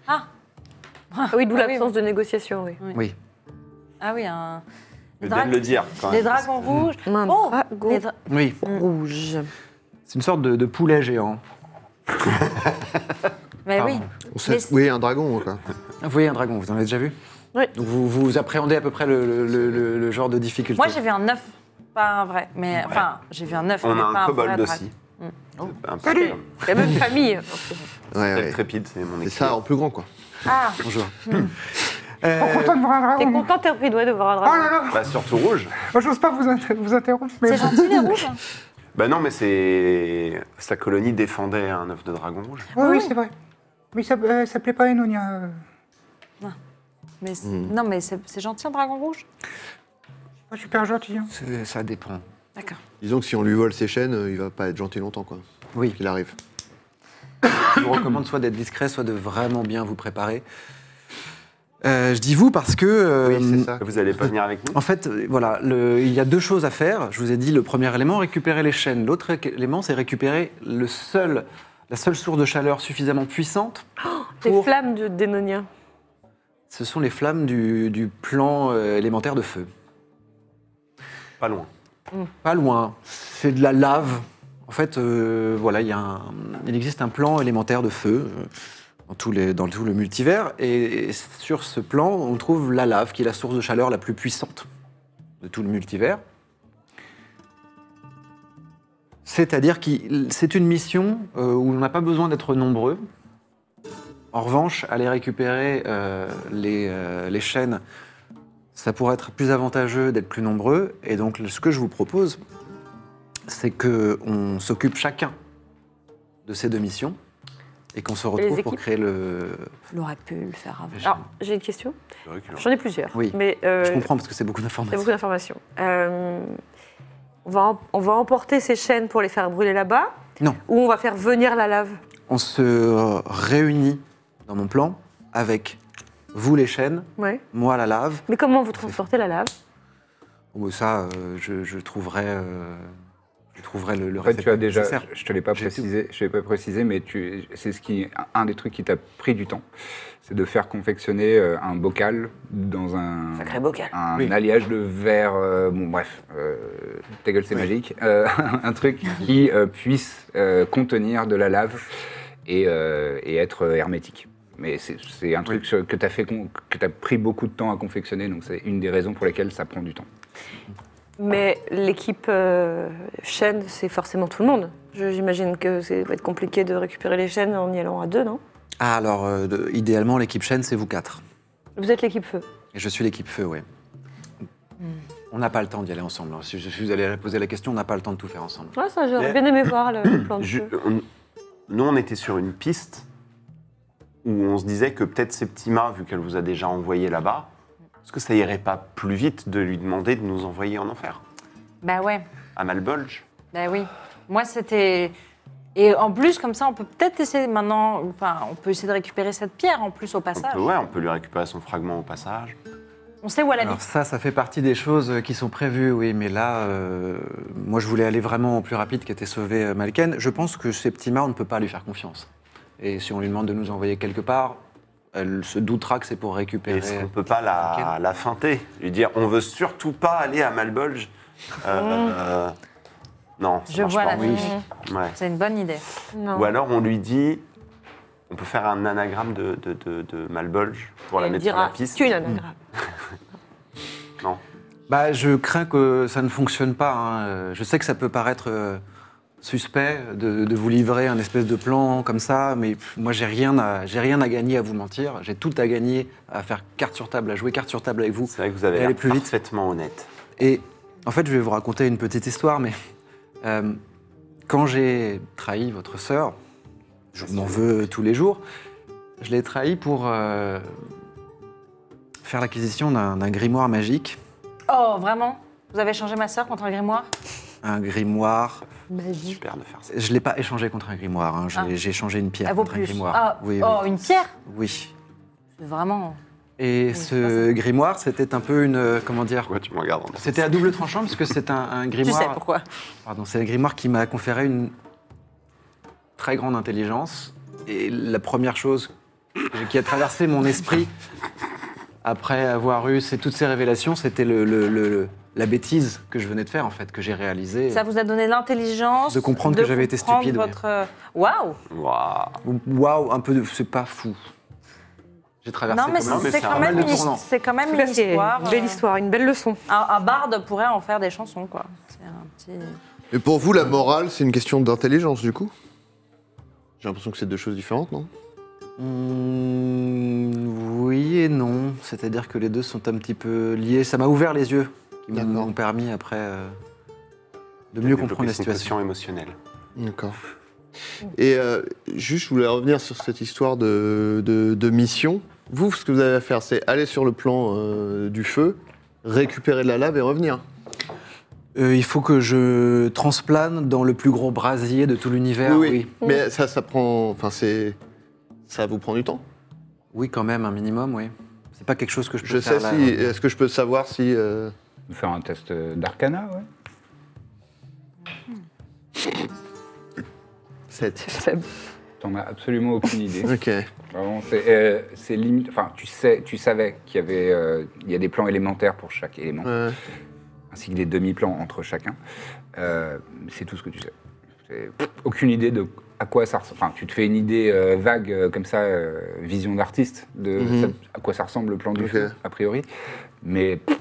Speaker 7: Ah Oui, d'où
Speaker 4: Ah oui,
Speaker 7: l'absence de négociation, oui.
Speaker 6: Oui.
Speaker 4: Ah oui, un...
Speaker 3: Je
Speaker 4: Dra-
Speaker 3: viens de le dire quand
Speaker 4: Les
Speaker 3: même.
Speaker 4: dragons rouges.
Speaker 5: Un
Speaker 4: Bon,
Speaker 5: dragon
Speaker 4: les dra-
Speaker 6: Oui.
Speaker 5: rouge.
Speaker 6: C'est une sorte de, de poulet géant.
Speaker 4: Mais
Speaker 6: Pardon.
Speaker 4: oui.
Speaker 2: On sait-
Speaker 4: Mais-
Speaker 2: Oui, un dragon, quoi.
Speaker 6: Vous voyez un dragon, vous en avez déjà vu
Speaker 5: Oui.
Speaker 6: Donc vous, vous appréhendez à peu près le, le- le- le- le genre de difficulté.
Speaker 4: Moi, j'ai vu un œuf, pas un vrai. Mais enfin, j'ai vu un œuf.
Speaker 3: On
Speaker 4: mais
Speaker 3: a
Speaker 4: pas
Speaker 3: un kobold
Speaker 4: vrai
Speaker 3: aussi.
Speaker 4: dragon. Mm. Oh.
Speaker 3: Un peu
Speaker 7: Salut
Speaker 3: comme- [laughs]
Speaker 7: La même famille.
Speaker 2: Ouais,
Speaker 3: Tel
Speaker 2: ouais.
Speaker 3: Trépide, c'est mon
Speaker 2: Et
Speaker 3: équipe.
Speaker 2: ça en plus grand, quoi.
Speaker 4: Ah,
Speaker 6: Bonjour.
Speaker 1: Oh,
Speaker 6: Euh,
Speaker 7: T'es content, t'es repris de doigt de voir un dragon.
Speaker 3: Bah, surtout rouge.
Speaker 1: J'ose pas vous, interrompre, mais...
Speaker 4: c'est gentil les rouges.
Speaker 3: Bah non, mais c'est. Sa colonie défendait un œuf de dragon rouge.
Speaker 4: oui, c'est
Speaker 1: vrai. Mais ça, s'appelait pas euh. Enonia.
Speaker 4: [laughs] Mais c'est-
Speaker 3: Mm.
Speaker 4: non, mais c'est c'est gentil un dragon rouge.
Speaker 1: Super gentil.
Speaker 6: c'est- ça dépend.
Speaker 4: D'accord.
Speaker 2: Disons que si on lui vole ses chaînes, euh, il va pas être gentil longtemps, quoi.
Speaker 6: Oui.
Speaker 2: Qu'il arrive.
Speaker 6: Je vous recommande soit d'être discret, soit de vraiment bien vous préparer. Euh, je dis vous parce que... euh,
Speaker 2: Oui, c'est ça.
Speaker 3: Vous allez pas venir avec nous
Speaker 6: En fait, euh, voilà, le- il y a deux choses à faire. Je vous ai dit, le premier élément, récupérer les chaînes. L'autre éc- élément, c'est récupérer le seul, la seule source de chaleur suffisamment puissante
Speaker 7: Les
Speaker 6: pour...
Speaker 7: flammes de d'Enonia.
Speaker 6: Ce sont les flammes du, du plan euh, élémentaire de feu.
Speaker 3: Pas loin.
Speaker 6: Pas loin. C'est de la lave. En fait, euh, voilà, il, y a un- il existe un plan élémentaire de feu euh, dans, tous les- dans tout le multivers. Et, sur ce plan, on trouve la lave, qui est la source de chaleur la plus puissante de tout le multivers. C'est-à-dire que c'est une mission euh, où on n'a pas besoin d'être nombreux. En revanche, aller récupérer euh, les, euh, les chaînes, ça pourrait être plus avantageux d'être plus nombreux. Et donc, ce que je vous propose, c'est que on s'occupe chacun de ces deux missions et qu'on se retrouve pour
Speaker 7: équipes
Speaker 6: créer le.
Speaker 4: Il aurait pu le faire avant.
Speaker 7: Alors, j'ai une question.
Speaker 3: Je recule.
Speaker 7: J'en ai plusieurs.
Speaker 6: Oui.
Speaker 7: Mais euh,
Speaker 6: Je comprends parce que c'est beaucoup
Speaker 7: il y a
Speaker 6: d'informations.
Speaker 7: beaucoup d'informations. Euh, on, va em- on va emporter ces chaînes pour les faire brûler là-bas
Speaker 6: Non.
Speaker 7: Ou on va faire venir la lave
Speaker 6: On se euh, réunit dans mon plan avec vous les chaînes,
Speaker 7: Ouais.
Speaker 6: moi la lave.
Speaker 7: Mais comment vous transportez la lave
Speaker 6: Bon, ça, euh, je, je trouverai, euh, je trouverai le, le
Speaker 1: En fait, tu as
Speaker 6: réceptacle
Speaker 1: déjà,
Speaker 6: nécessaire.
Speaker 1: je te l'ai pas
Speaker 6: J'ai tout.
Speaker 1: précisé, je l'ai pas précisé, mais tu, c'est ce qui, un des trucs qui t'a pris du temps, c'est de faire confectionner euh, un bocal dans un,
Speaker 4: Sacré bocal.
Speaker 1: un
Speaker 6: Oui.
Speaker 1: alliage de verre, euh, bon bref, euh, ta gueule c'est magique, euh, [laughs] un truc qui euh, puisse euh, contenir de la lave et, euh, et être hermétique. Mais c'est- c'est un truc sur- que tu as fait, con- que t'as pris beaucoup de temps à confectionner, donc c'est une des raisons pour lesquelles ça prend du temps.
Speaker 7: Mais l'équipe euh, chaîne, c'est forcément tout le monde. Je- J'imagine que ça va être compliqué de récupérer les chaînes en y allant à deux, non
Speaker 6: Ah, alors, euh, de- idéalement, l'équipe chaîne, c'est vous quatre.
Speaker 7: Vous êtes l'équipe feu.
Speaker 6: Et je suis l'équipe feu, oui. On n'a pas le temps d'y aller ensemble. hein. Si je suis allé poser la question, on n'a pas le temps de tout faire ensemble.
Speaker 7: Ouais, ça,
Speaker 3: Mais-
Speaker 7: j'aurais bien aimé voir le
Speaker 3: [coughs]
Speaker 7: le plan de
Speaker 3: Ju-
Speaker 7: jeu.
Speaker 3: on- nous, on était sur une piste où on se disait que peut-être Septima, vu qu'elle vous a déjà envoyé là-bas, est-ce que ça irait pas plus vite de lui demander de nous envoyer en enfer
Speaker 4: Bah ouais,
Speaker 3: À Malbolge
Speaker 4: bah oui. Moi, c'était. Et en plus, comme ça, on peut peut-être essayer maintenant. Enfin, on peut essayer de récupérer cette pierre en plus au
Speaker 3: on
Speaker 4: passage.
Speaker 3: peut, Ouais, on peut lui récupérer son fragment au passage.
Speaker 4: On sait où
Speaker 3: Ah
Speaker 4: elle
Speaker 6: Alors
Speaker 4: habite.
Speaker 6: ça, ça fait partie des choses qui sont prévues, oui, mais là, euh, moi je voulais aller vraiment au plus rapide qui était sauvé euh, Malken. Je pense que Septima, on ne peut pas lui faire confiance. Et si on lui demande de nous envoyer quelque part, elle se doutera que c'est pour récupérer...
Speaker 3: Est-ce qu'on peut pas la, la feinter Lui dire on veut surtout pas aller à Malbolge Euh, euh, Non, ça
Speaker 4: Je
Speaker 3: marche
Speaker 4: vois
Speaker 3: pas.
Speaker 4: la
Speaker 3: Oui.
Speaker 4: fenêtre.
Speaker 3: Ouais.
Speaker 4: C'est une bonne idée.
Speaker 7: Non.
Speaker 3: Ou alors on lui dit on peut faire un anagramme de, de, de- de Malbolge pour la
Speaker 7: Elle
Speaker 3: mettre sur la
Speaker 7: dira,
Speaker 3: piste.
Speaker 7: tu es l'anagramme.
Speaker 3: Non.
Speaker 6: Bah, je crains que ça ne fonctionne pas. hein. Euh, Je sais que ça peut paraître euh, suspect de, de vous livrer un espèce de plan comme ça, mais pff, moi j'ai rien à j'ai rien à gagner à vous mentir. J'ai tout à gagner à faire carte sur table, à jouer carte sur table avec vous.
Speaker 3: C'est vrai que vous avez
Speaker 6: Elle est
Speaker 3: l'air
Speaker 6: plus vite.
Speaker 3: parfaitement honnête.
Speaker 6: Et en fait, je vais vous raconter une petite histoire, mais euh, quand j'ai trahi votre sœur, je m'en veux tous les jours, je l'ai trahi pour euh, faire l'acquisition d'un d'un grimoire magique,
Speaker 4: Oh, vraiment Vous avez changé ma sœur contre un grimoire
Speaker 6: un grimoire
Speaker 3: Super de faire ça.
Speaker 6: Je ne l'ai pas échangé contre un grimoire, hein. Je
Speaker 4: Ah.
Speaker 6: l'ai- j'ai échangé une pierre
Speaker 4: Elle vaut
Speaker 6: contre un
Speaker 4: plus.
Speaker 6: grimoire.
Speaker 4: Ah,
Speaker 6: oui,
Speaker 4: oh,
Speaker 6: oui.
Speaker 4: une pierre
Speaker 6: oui.
Speaker 4: Vraiment.
Speaker 6: Et ce grimoire, c'était un peu une. euh, Comment dire
Speaker 3: Pourquoi tu me regardes en face
Speaker 6: C'était à double tranchant, puisque c'est un, un
Speaker 5: Tu
Speaker 6: grimoire.
Speaker 5: sais pourquoi.
Speaker 6: Pardon, c'est le grimoire qui m'a conféré une très grande intelligence. Et la première chose qui a traversé mon esprit après avoir eu ces- toutes ces révélations, c'était le- le- le- le- la bêtise que je venais de faire, en fait, que j'ai réalisée.
Speaker 4: Ça vous a donné l'intelligence
Speaker 6: De comprendre que j'avais été
Speaker 4: comprendre
Speaker 6: stupide, oui.
Speaker 4: votre- euh, Waouh
Speaker 3: Waouh.
Speaker 6: Waouh, un peu de. C'est pas fou. J'ai traversé.
Speaker 4: Non, mais
Speaker 6: Bah, quand même-
Speaker 3: mais
Speaker 4: c'est
Speaker 3: c'est un
Speaker 4: quand, même
Speaker 6: mal
Speaker 4: une
Speaker 6: de tournant.
Speaker 4: his- c'est quand même
Speaker 7: Tout
Speaker 4: une
Speaker 7: cas, c'est
Speaker 4: histoire.
Speaker 7: une belle
Speaker 4: euh,
Speaker 7: histoire, une belle leçon.
Speaker 4: Un, un barde pourrait en faire des chansons, quoi. C'est un petit.
Speaker 2: Et pour vous, la morale, c'est une question d'intelligence, du coup J'ai l'impression que c'est deux choses différentes, non
Speaker 6: Mmh, oui et non. C'est-à-dire que les deux sont un petit peu liés. Ça m'a ouvert les yeux, qui m'ont
Speaker 2: D'accord.
Speaker 6: permis après euh, de mieux
Speaker 3: Développer
Speaker 6: comprendre la
Speaker 3: son
Speaker 6: situation.
Speaker 3: quotient émotionnel.
Speaker 2: D'accord. Et euh, juste, je voulais revenir sur cette histoire de, de- de mission. Vous, ce que vous avez à faire, c'est aller sur le plan euh, du feu, récupérer de la lave et revenir.
Speaker 6: Euh, il faut que je transplane dans le plus gros brasier de tout
Speaker 3: Ah,
Speaker 6: l'univers. Oui, oui.
Speaker 2: Mais ça, ça prend. Enfin, c'est. Ça vous prend du temps.
Speaker 6: quand même, un minimum, oui. C'est pas quelque chose que je peux
Speaker 2: Je sais
Speaker 6: faire là. euh,
Speaker 2: si. euh, Est-ce que je peux savoir si. euh,
Speaker 1: Faire un test euh, d'arcana, ouais.
Speaker 2: Sept.
Speaker 1: T'en as absolument aucune [laughs] idée.
Speaker 2: [laughs] Ok.
Speaker 1: Vraiment, c'est euh, c'est limite. Enfin, tu sais, tu savais qu'il y avait, euh, il y a des plans élémentaires pour chaque élément,
Speaker 2: Ouais.
Speaker 1: ainsi que des demi-plans entre chacun. Euh, c'est tout ce que tu sais. C'est- pff, aucune idée de à quoi ça ressemble. Enfin, tu te fais une idée euh, vague euh, comme ça, euh, vision d'artiste de
Speaker 2: Mhm.
Speaker 1: ça- à quoi ça ressemble le plan du
Speaker 2: Ok.
Speaker 1: feu a priori, mais pff,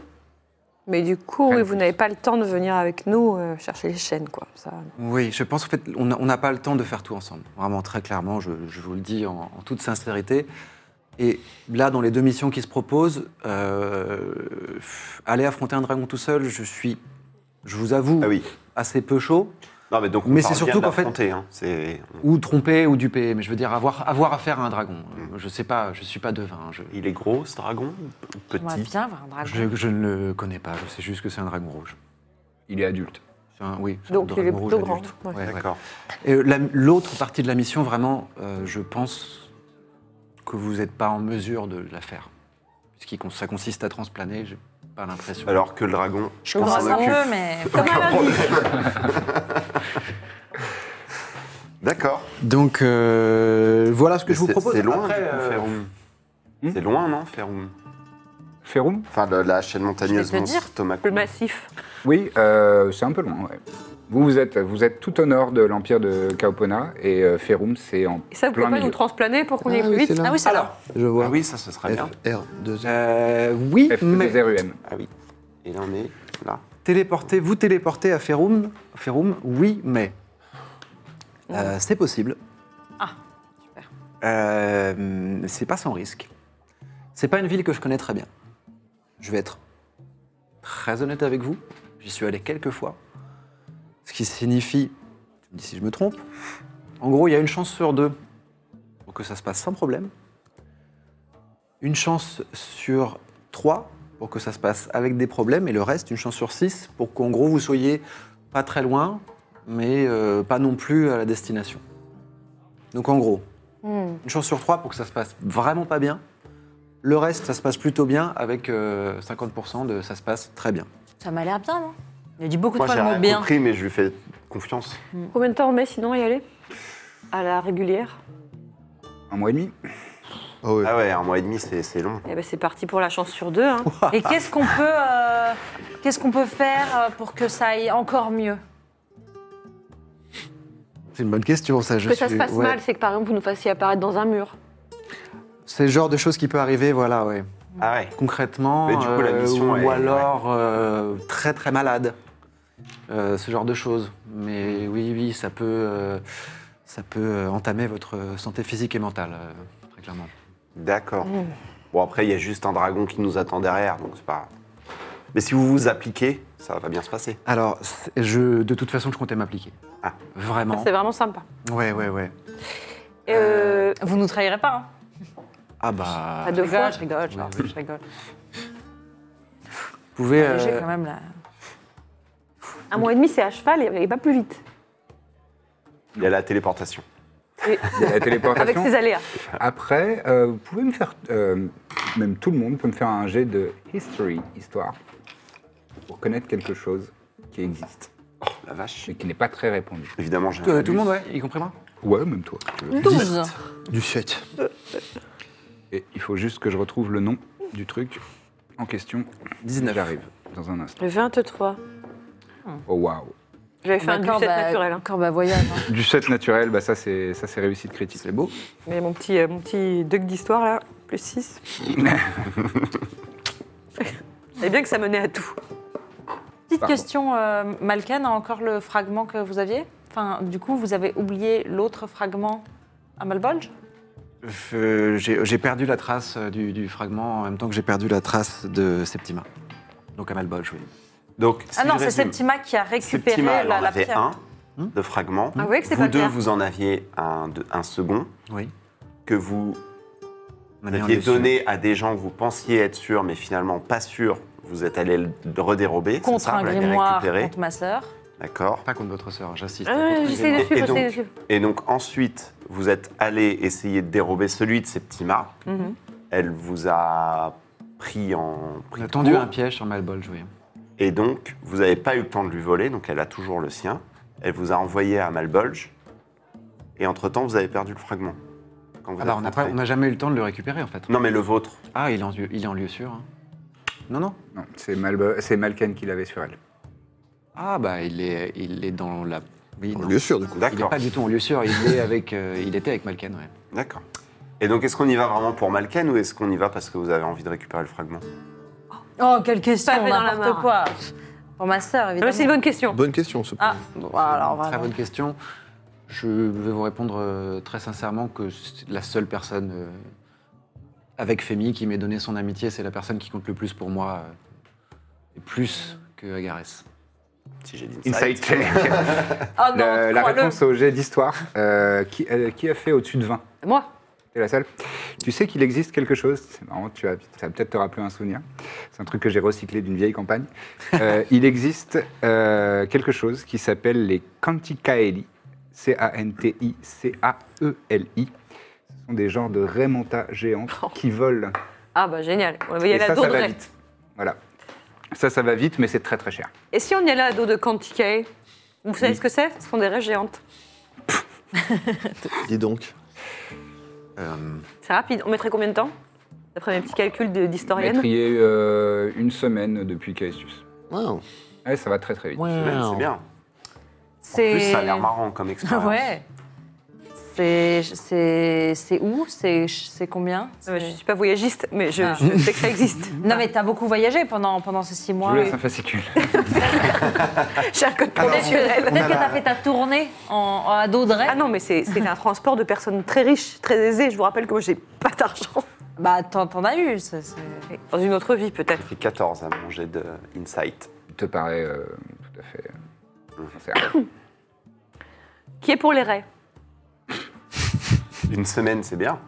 Speaker 7: Mais du coup, oui,
Speaker 1: Rien de
Speaker 7: vous
Speaker 1: plus.
Speaker 7: n'avez pas le temps de venir avec nous euh, chercher les chaînes, quoi. Ça...
Speaker 6: Oui, je pense en fait, on n'a- on n'a pas le temps de faire tout ensemble. Vraiment, très clairement, je, je vous le dis en, en toute sincérité. Et là, dans les deux missions qui se proposent, euh, aller affronter un dragon tout seul, je suis, je vous avoue,
Speaker 3: Ah oui.
Speaker 6: assez peu chaud.
Speaker 3: Non, mais donc on
Speaker 6: Mais
Speaker 3: parle
Speaker 6: c'est
Speaker 3: bien
Speaker 6: surtout qu'en
Speaker 3: d'affronter, hein. C'est-
Speaker 6: Ou trompé ou dupé, mais je veux dire avoir, avoir affaire à un dragon. Euh, Je sais pas, je suis pas devin. hein, Je,
Speaker 3: Il est gros ce dragon ou
Speaker 4: J'aimerais
Speaker 3: Petit
Speaker 4: bien avoir un
Speaker 7: Ah,
Speaker 4: dragon.
Speaker 6: je, je ne le connais pas, je sais juste que c'est un dragon rouge.
Speaker 1: il est adulte.
Speaker 6: C'est un- oui, c'est un
Speaker 7: Donc, il
Speaker 6: dragon
Speaker 7: est
Speaker 6: rouge
Speaker 7: plutôt grand,
Speaker 6: adulte.
Speaker 7: ouais.
Speaker 6: Ouais, ouais.
Speaker 3: D'accord.
Speaker 6: Et euh, la- l'autre partie de la mission, vraiment, euh, je pense que vous n'êtes pas en mesure de la faire. Ce qui, cons- ça consiste à transplaner, j'ai pas l'impression.
Speaker 3: Alors que le dragon.
Speaker 4: Je comprends
Speaker 3: s'en
Speaker 4: un
Speaker 3: occupe.
Speaker 4: peu, mais.
Speaker 3: D'accord.
Speaker 6: Donc euh, voilà ce que je vous
Speaker 3: C'est-
Speaker 6: propose.
Speaker 3: C'est loin,
Speaker 6: Après,
Speaker 3: du coup,
Speaker 6: euh,
Speaker 3: Ferrum.
Speaker 1: Hmm
Speaker 3: C'est loin, non, Ferrum
Speaker 1: Ferrum
Speaker 3: Enfin, la, la chaîne montagneuse,
Speaker 4: Je vais te
Speaker 3: mon
Speaker 4: dire.
Speaker 3: stomac.
Speaker 7: Le massif.
Speaker 1: Oui, euh, c'est un peu loin. ouais. Vous, vous êtes, vous êtes tout au nord de l'empire de Kaopona et euh, Ferrum, c'est en
Speaker 7: Et ça, vous
Speaker 1: plein
Speaker 7: pouvez pas
Speaker 1: milieu.
Speaker 7: nous transplaner pour qu'on y
Speaker 2: Ah
Speaker 7: aille plus
Speaker 2: oui, c'est
Speaker 7: vite
Speaker 2: là.
Speaker 4: Ah oui, c'est là.
Speaker 6: Alors,
Speaker 2: Je vois.
Speaker 3: Ah oui, ça, ce serait bien.
Speaker 2: FR 2
Speaker 6: euh, oui, mais
Speaker 1: F2RUM.
Speaker 3: Ah oui. Et là, on est là.
Speaker 6: téléporter, vous téléporter à Ferrum, Ferrum oui, mais Euh, c'est possible.
Speaker 4: Ah, super.
Speaker 6: Euh, c'est pas sans risque. C'est pas une ville que je connais très bien. Je vais être très honnête avec vous. J'y suis allé quelques fois. Ce qui signifie, tu me dis si je me trompe, en gros, il y a une chance sur deux pour que ça se passe sans problème. Une chance sur trois pour que ça se passe avec des problèmes. Et le reste, une chance sur six pour qu'en gros, vous soyez pas très loin, mais euh, pas non plus à la destination. Donc en gros,
Speaker 7: Hmm.
Speaker 6: une chance sur trois pour que ça se passe vraiment pas bien. Le reste, ça se passe plutôt bien, avec euh, 50% de ça se passe très bien.
Speaker 4: Ça m'a l'air bien, non Il a dit beaucoup
Speaker 3: Moi,
Speaker 4: de
Speaker 3: j'ai
Speaker 4: fois le mot
Speaker 3: rien
Speaker 4: bien.
Speaker 3: compris, mais je lui fais confiance.
Speaker 7: Combien de temps on met sinon à y aller À la régulière
Speaker 1: Un mois et demi
Speaker 2: Ah ouais.
Speaker 3: Ah ouais, un mois et demi, c'est c'est long.
Speaker 7: Eh ben c'est parti pour la chance sur deux. hein.
Speaker 4: Et qu'est-ce qu'on peut, euh, qu'est-ce qu'on peut faire euh, pour que ça aille encore mieux
Speaker 6: C'est une bonne question, ça. Je
Speaker 7: que ça
Speaker 6: suis-
Speaker 7: se passe
Speaker 6: ouais.
Speaker 7: mal, c'est que par exemple vous nous fassiez apparaître dans un mur.
Speaker 6: C'est le genre de choses qui peut arriver, voilà, ouais.
Speaker 3: Ah ouais.
Speaker 6: Concrètement, euh,
Speaker 3: Mais du coup, la mission,
Speaker 6: ou
Speaker 3: elle-
Speaker 6: alors euh, très très malade, Euh, ce genre de choses. Mais oui, oui, ça peut, euh, ça peut euh, entamer votre santé physique et mentale, euh, très clairement.
Speaker 3: D'accord. Bon, après, il y a juste un dragon qui nous attend derrière, donc c'est pas. Mais si vous vous appliquez, ça va bien se passer.
Speaker 6: Alors, c'est- je, de toute façon, je comptais m'appliquer.
Speaker 3: Ah.
Speaker 6: Vraiment.
Speaker 7: C'est vraiment sympa.
Speaker 6: Ouais, ouais, ouais.
Speaker 7: Euh,
Speaker 4: Vous nous trahirez pas, hein
Speaker 6: Ah bah.
Speaker 7: à
Speaker 4: Je
Speaker 7: deux fois.
Speaker 4: rigole, je rigole, genre,
Speaker 3: Ah
Speaker 4: je rigole.
Speaker 6: Vous pouvez.
Speaker 4: Léger,
Speaker 6: euh,
Speaker 4: bah, quand même, là.
Speaker 7: Un mois et demi, c'est à cheval et, et pas plus vite.
Speaker 3: Il y a la téléportation.
Speaker 1: Il y a la
Speaker 7: Avec
Speaker 1: téléportation.
Speaker 7: ses aléas.
Speaker 1: Après, euh, vous pouvez me faire, euh, même tout le monde peut me faire un jet de history, histoire, pour connaître quelque chose qui existe,
Speaker 3: La vache.
Speaker 1: mais qui n'est pas très répandu.
Speaker 3: Évidemment, j'ai. un
Speaker 6: euh, tout
Speaker 3: bonus.
Speaker 6: le monde, ouais, y compris moi
Speaker 1: Ouais, même toi.
Speaker 4: 12
Speaker 2: Du 7.
Speaker 1: Et il faut juste que je retrouve le nom du truc en question.
Speaker 6: 19.
Speaker 1: J'arrive dans un instant.
Speaker 7: Le 23.
Speaker 1: Oh waouh.
Speaker 7: J'avais fait un
Speaker 4: D'accord,
Speaker 7: ducette
Speaker 4: bah,
Speaker 7: naturel. hein.
Speaker 4: Encore bah voyage. hein.
Speaker 1: Du 7 naturel, bah ça c'est ça c'est réussite critique. C'est beau.
Speaker 5: Mais mon petit, euh, mon petit duck d'histoire, là, plus 6.
Speaker 7: C'est Eh bien que ça menait à tout.
Speaker 4: Petite
Speaker 1: Pardon.
Speaker 4: question, euh, Malken a encore le fragment que vous aviez Enfin, du coup, vous avez oublié l'autre fragment à Malbolge
Speaker 6: Euh, j'ai j'ai perdu la trace euh, du, du fragment en même temps que j'ai perdu la trace de Septima. Donc à Malbolge, oui.
Speaker 3: Donc, si
Speaker 4: Ah non,
Speaker 3: je
Speaker 4: c'est
Speaker 3: résume,
Speaker 4: Septima qui a récupéré
Speaker 3: Septima, elle
Speaker 4: la,
Speaker 3: en
Speaker 4: la
Speaker 3: avait
Speaker 4: pierre.
Speaker 3: un
Speaker 6: Hmm.
Speaker 3: de fragment.
Speaker 7: Ah, vous voyez que c'est
Speaker 3: vous
Speaker 7: pas
Speaker 3: deux,
Speaker 7: clair.
Speaker 3: vous en aviez un, de- un second
Speaker 6: Oui.
Speaker 3: que vous
Speaker 6: On a mis un
Speaker 3: aviez
Speaker 6: dessus.
Speaker 3: donné à des gens que vous pensiez être sûrs, mais finalement pas sûrs. Vous êtes allé le redérober. c'est
Speaker 4: Contre
Speaker 3: ça,
Speaker 4: un
Speaker 3: vous l'avez
Speaker 4: grimoire,
Speaker 3: récupéré.
Speaker 4: contre ma sœur.
Speaker 3: D'accord.
Speaker 6: Pas contre votre sœur, hein, j'insiste.
Speaker 7: Ah,
Speaker 6: Contre-
Speaker 7: j'essaie de
Speaker 3: Et- et
Speaker 7: suivre,
Speaker 3: donc-
Speaker 7: j'essaie de suivre.
Speaker 3: Et donc ensuite, vous êtes allé essayer de dérober celui de Septima.
Speaker 4: Mhm.
Speaker 3: Elle vous a pris en pris
Speaker 6: On a
Speaker 3: de
Speaker 6: tendu
Speaker 3: court.
Speaker 6: un piège sur hein. Malbolge, oui.
Speaker 3: Et donc, vous n'avez pas eu le temps de lui voler, donc elle a toujours le sien. Elle vous a envoyé à Malbolge. Et entre-temps, vous avez perdu le fragment. Quand vous
Speaker 6: Ah bah,
Speaker 3: êtes
Speaker 6: on n'a
Speaker 3: rentré.
Speaker 6: pas- on n'a jamais eu le temps de le récupérer, en fait.
Speaker 3: Non, mais le vôtre.
Speaker 6: Ah, il est en lieu, il est en lieu sûr. hein. Non, non.
Speaker 1: Non, c'est Malbe- c'est Malken qui l'avait sur elle.
Speaker 6: Ah, bah, il est, il est dans la. oui, non.
Speaker 2: Bien sûr, du coup.
Speaker 6: Il n'est
Speaker 3: D'accord.
Speaker 6: pas du tout en lieu sûr, il, est avec, euh, il était avec Malken, ouais.
Speaker 3: D'accord. Et donc, est-ce qu'on y va vraiment pour Malken ou est-ce qu'on y va parce que vous avez envie de récupérer le fragment
Speaker 4: Oh, quelle question,
Speaker 7: Pas fait dans la
Speaker 4: n'importe quoi.
Speaker 7: mare.
Speaker 4: Pour ma sœur,
Speaker 7: Ah, mais
Speaker 4: évidemment.
Speaker 7: C'est une bonne question.
Speaker 2: Bonne question, ce
Speaker 4: Ah,
Speaker 6: Bon,
Speaker 4: voilà,
Speaker 6: c'est une
Speaker 4: alors,
Speaker 6: très
Speaker 4: voilà.
Speaker 6: bonne question. Je vais vous répondre euh, très sincèrement que c'est la seule personne euh, avec Femi qui m'ait donné son amitié, c'est la personne qui compte le plus pour moi, euh, et plus que Agarès.
Speaker 3: Si j'ai dit
Speaker 1: Inside check.
Speaker 4: Oh non,
Speaker 1: La, la
Speaker 4: crois-le.
Speaker 1: réponse au jet d'histoire. euh, qui, euh, qui a fait au-dessus de 20
Speaker 7: Moi,
Speaker 1: T'es la seule. Tu sais qu'il existe quelque chose, c'est marrant, tu vas, ça va peut-être te rappeler un souvenir. C'est un truc que j'ai recyclé d'une vieille campagne. Euh, il existe euh, quelque chose qui s'appelle les Canticaeli. C-A-N-T-I-C-A-E-L-I. E Ce sont des genres de raimontas géantes qui volent.
Speaker 7: Ah bah génial, on va y
Speaker 1: Et
Speaker 7: aller à
Speaker 1: ça,
Speaker 7: dos
Speaker 1: ça
Speaker 7: de
Speaker 1: va
Speaker 7: Ray.
Speaker 1: vite. Voilà. Ça, ça va vite, mais c'est très très cher.
Speaker 7: Et si on y allait à dos de Quantiquet Vous savez
Speaker 1: Oui.
Speaker 7: ce que c'est Ce sont des raies géantes.
Speaker 2: Dis donc.
Speaker 7: C'est rapide, on mettrait combien de temps D'après mes petits calculs de- d'historienne.
Speaker 1: Maîtrier euh, une semaine depuis Caestus.
Speaker 2: Wow.
Speaker 1: Ouais, ça va très très vite.
Speaker 3: C'est bien. En
Speaker 4: C'est-
Speaker 3: plus, ça a l'air marrant
Speaker 4: [laughs]
Speaker 3: comme expérience.
Speaker 4: Ouais. C'est- C'est c'est où C'est c'est combien
Speaker 7: Non, mais Ah, bah, Je
Speaker 4: C'est-
Speaker 7: ne suis pas voyagiste, mais je,
Speaker 4: Ah.
Speaker 7: je sais que ça existe. [laughs]
Speaker 4: Non, mais t'as beaucoup voyagé pendant, pendant ces six
Speaker 1: Je
Speaker 4: mois.
Speaker 1: vous laisse
Speaker 4: Oui.
Speaker 1: un fascicule.
Speaker 7: J'ai un code
Speaker 6: Alors,
Speaker 7: professionnel.
Speaker 4: Peut-être que t'as fait ta tournée en, en- à dos de raie.
Speaker 7: Ah non, mais c'est c'est un transport de personnes très riches, très aisées. Je vous rappelle que moi, j'ai pas d'argent.
Speaker 4: Bah, t'en t'en as eu. ça, c'est-
Speaker 7: Dans une autre vie, peut-être.
Speaker 3: Ça fait 14 à manger de Insight.
Speaker 1: Il te paraît euh, tout à fait. euh,
Speaker 3: Mhm.
Speaker 1: sincère.
Speaker 7: Qui est pour les raies
Speaker 3: Une semaine, c'est bien.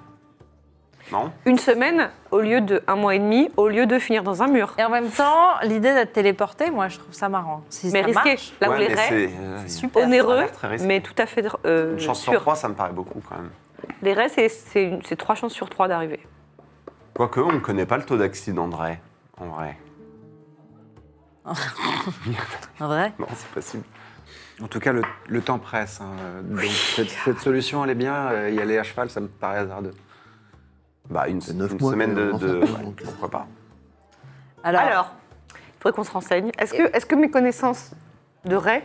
Speaker 3: Non
Speaker 7: Une semaine au lieu de un mois et demi, au lieu de finir dans un mur.
Speaker 4: Et en même temps, l'idée d'être téléporté, moi, je trouve ça marrant. Si
Speaker 7: mais
Speaker 4: ça
Speaker 7: risqué,
Speaker 4: marche,
Speaker 7: là où
Speaker 3: Ouais,
Speaker 7: les
Speaker 3: mais
Speaker 7: raies,
Speaker 3: c'est, euh,
Speaker 7: super
Speaker 3: ça a l'air
Speaker 7: onéreux,
Speaker 3: très risqué.
Speaker 7: mais tout à fait euh,
Speaker 3: Une chance sur
Speaker 7: sûr.
Speaker 3: trois, ça me paraît beaucoup quand même.
Speaker 7: Les raies, c'est- c'est une- c'est trois chances sur trois d'arriver.
Speaker 3: Quoique, on ne connaît pas le taux d'accident de raies, en vrai. [laughs]
Speaker 4: en vrai.
Speaker 3: Non, c'est possible.
Speaker 6: En tout cas, le, le temps presse. hein. Donc, cette, cette solution, elle est bien. euh, Y aller à cheval, ça me paraît hasardeux.
Speaker 3: Bah, une,
Speaker 2: C'est neuf
Speaker 3: une
Speaker 2: mois
Speaker 3: semaine
Speaker 2: qu'on est
Speaker 3: de.
Speaker 2: en
Speaker 3: de-
Speaker 2: France,
Speaker 3: ouais,
Speaker 2: donc.
Speaker 3: pourquoi pas
Speaker 4: Alors,
Speaker 7: Alors, il faudrait qu'on se renseigne. Est-ce que, est que mes connaissances de raies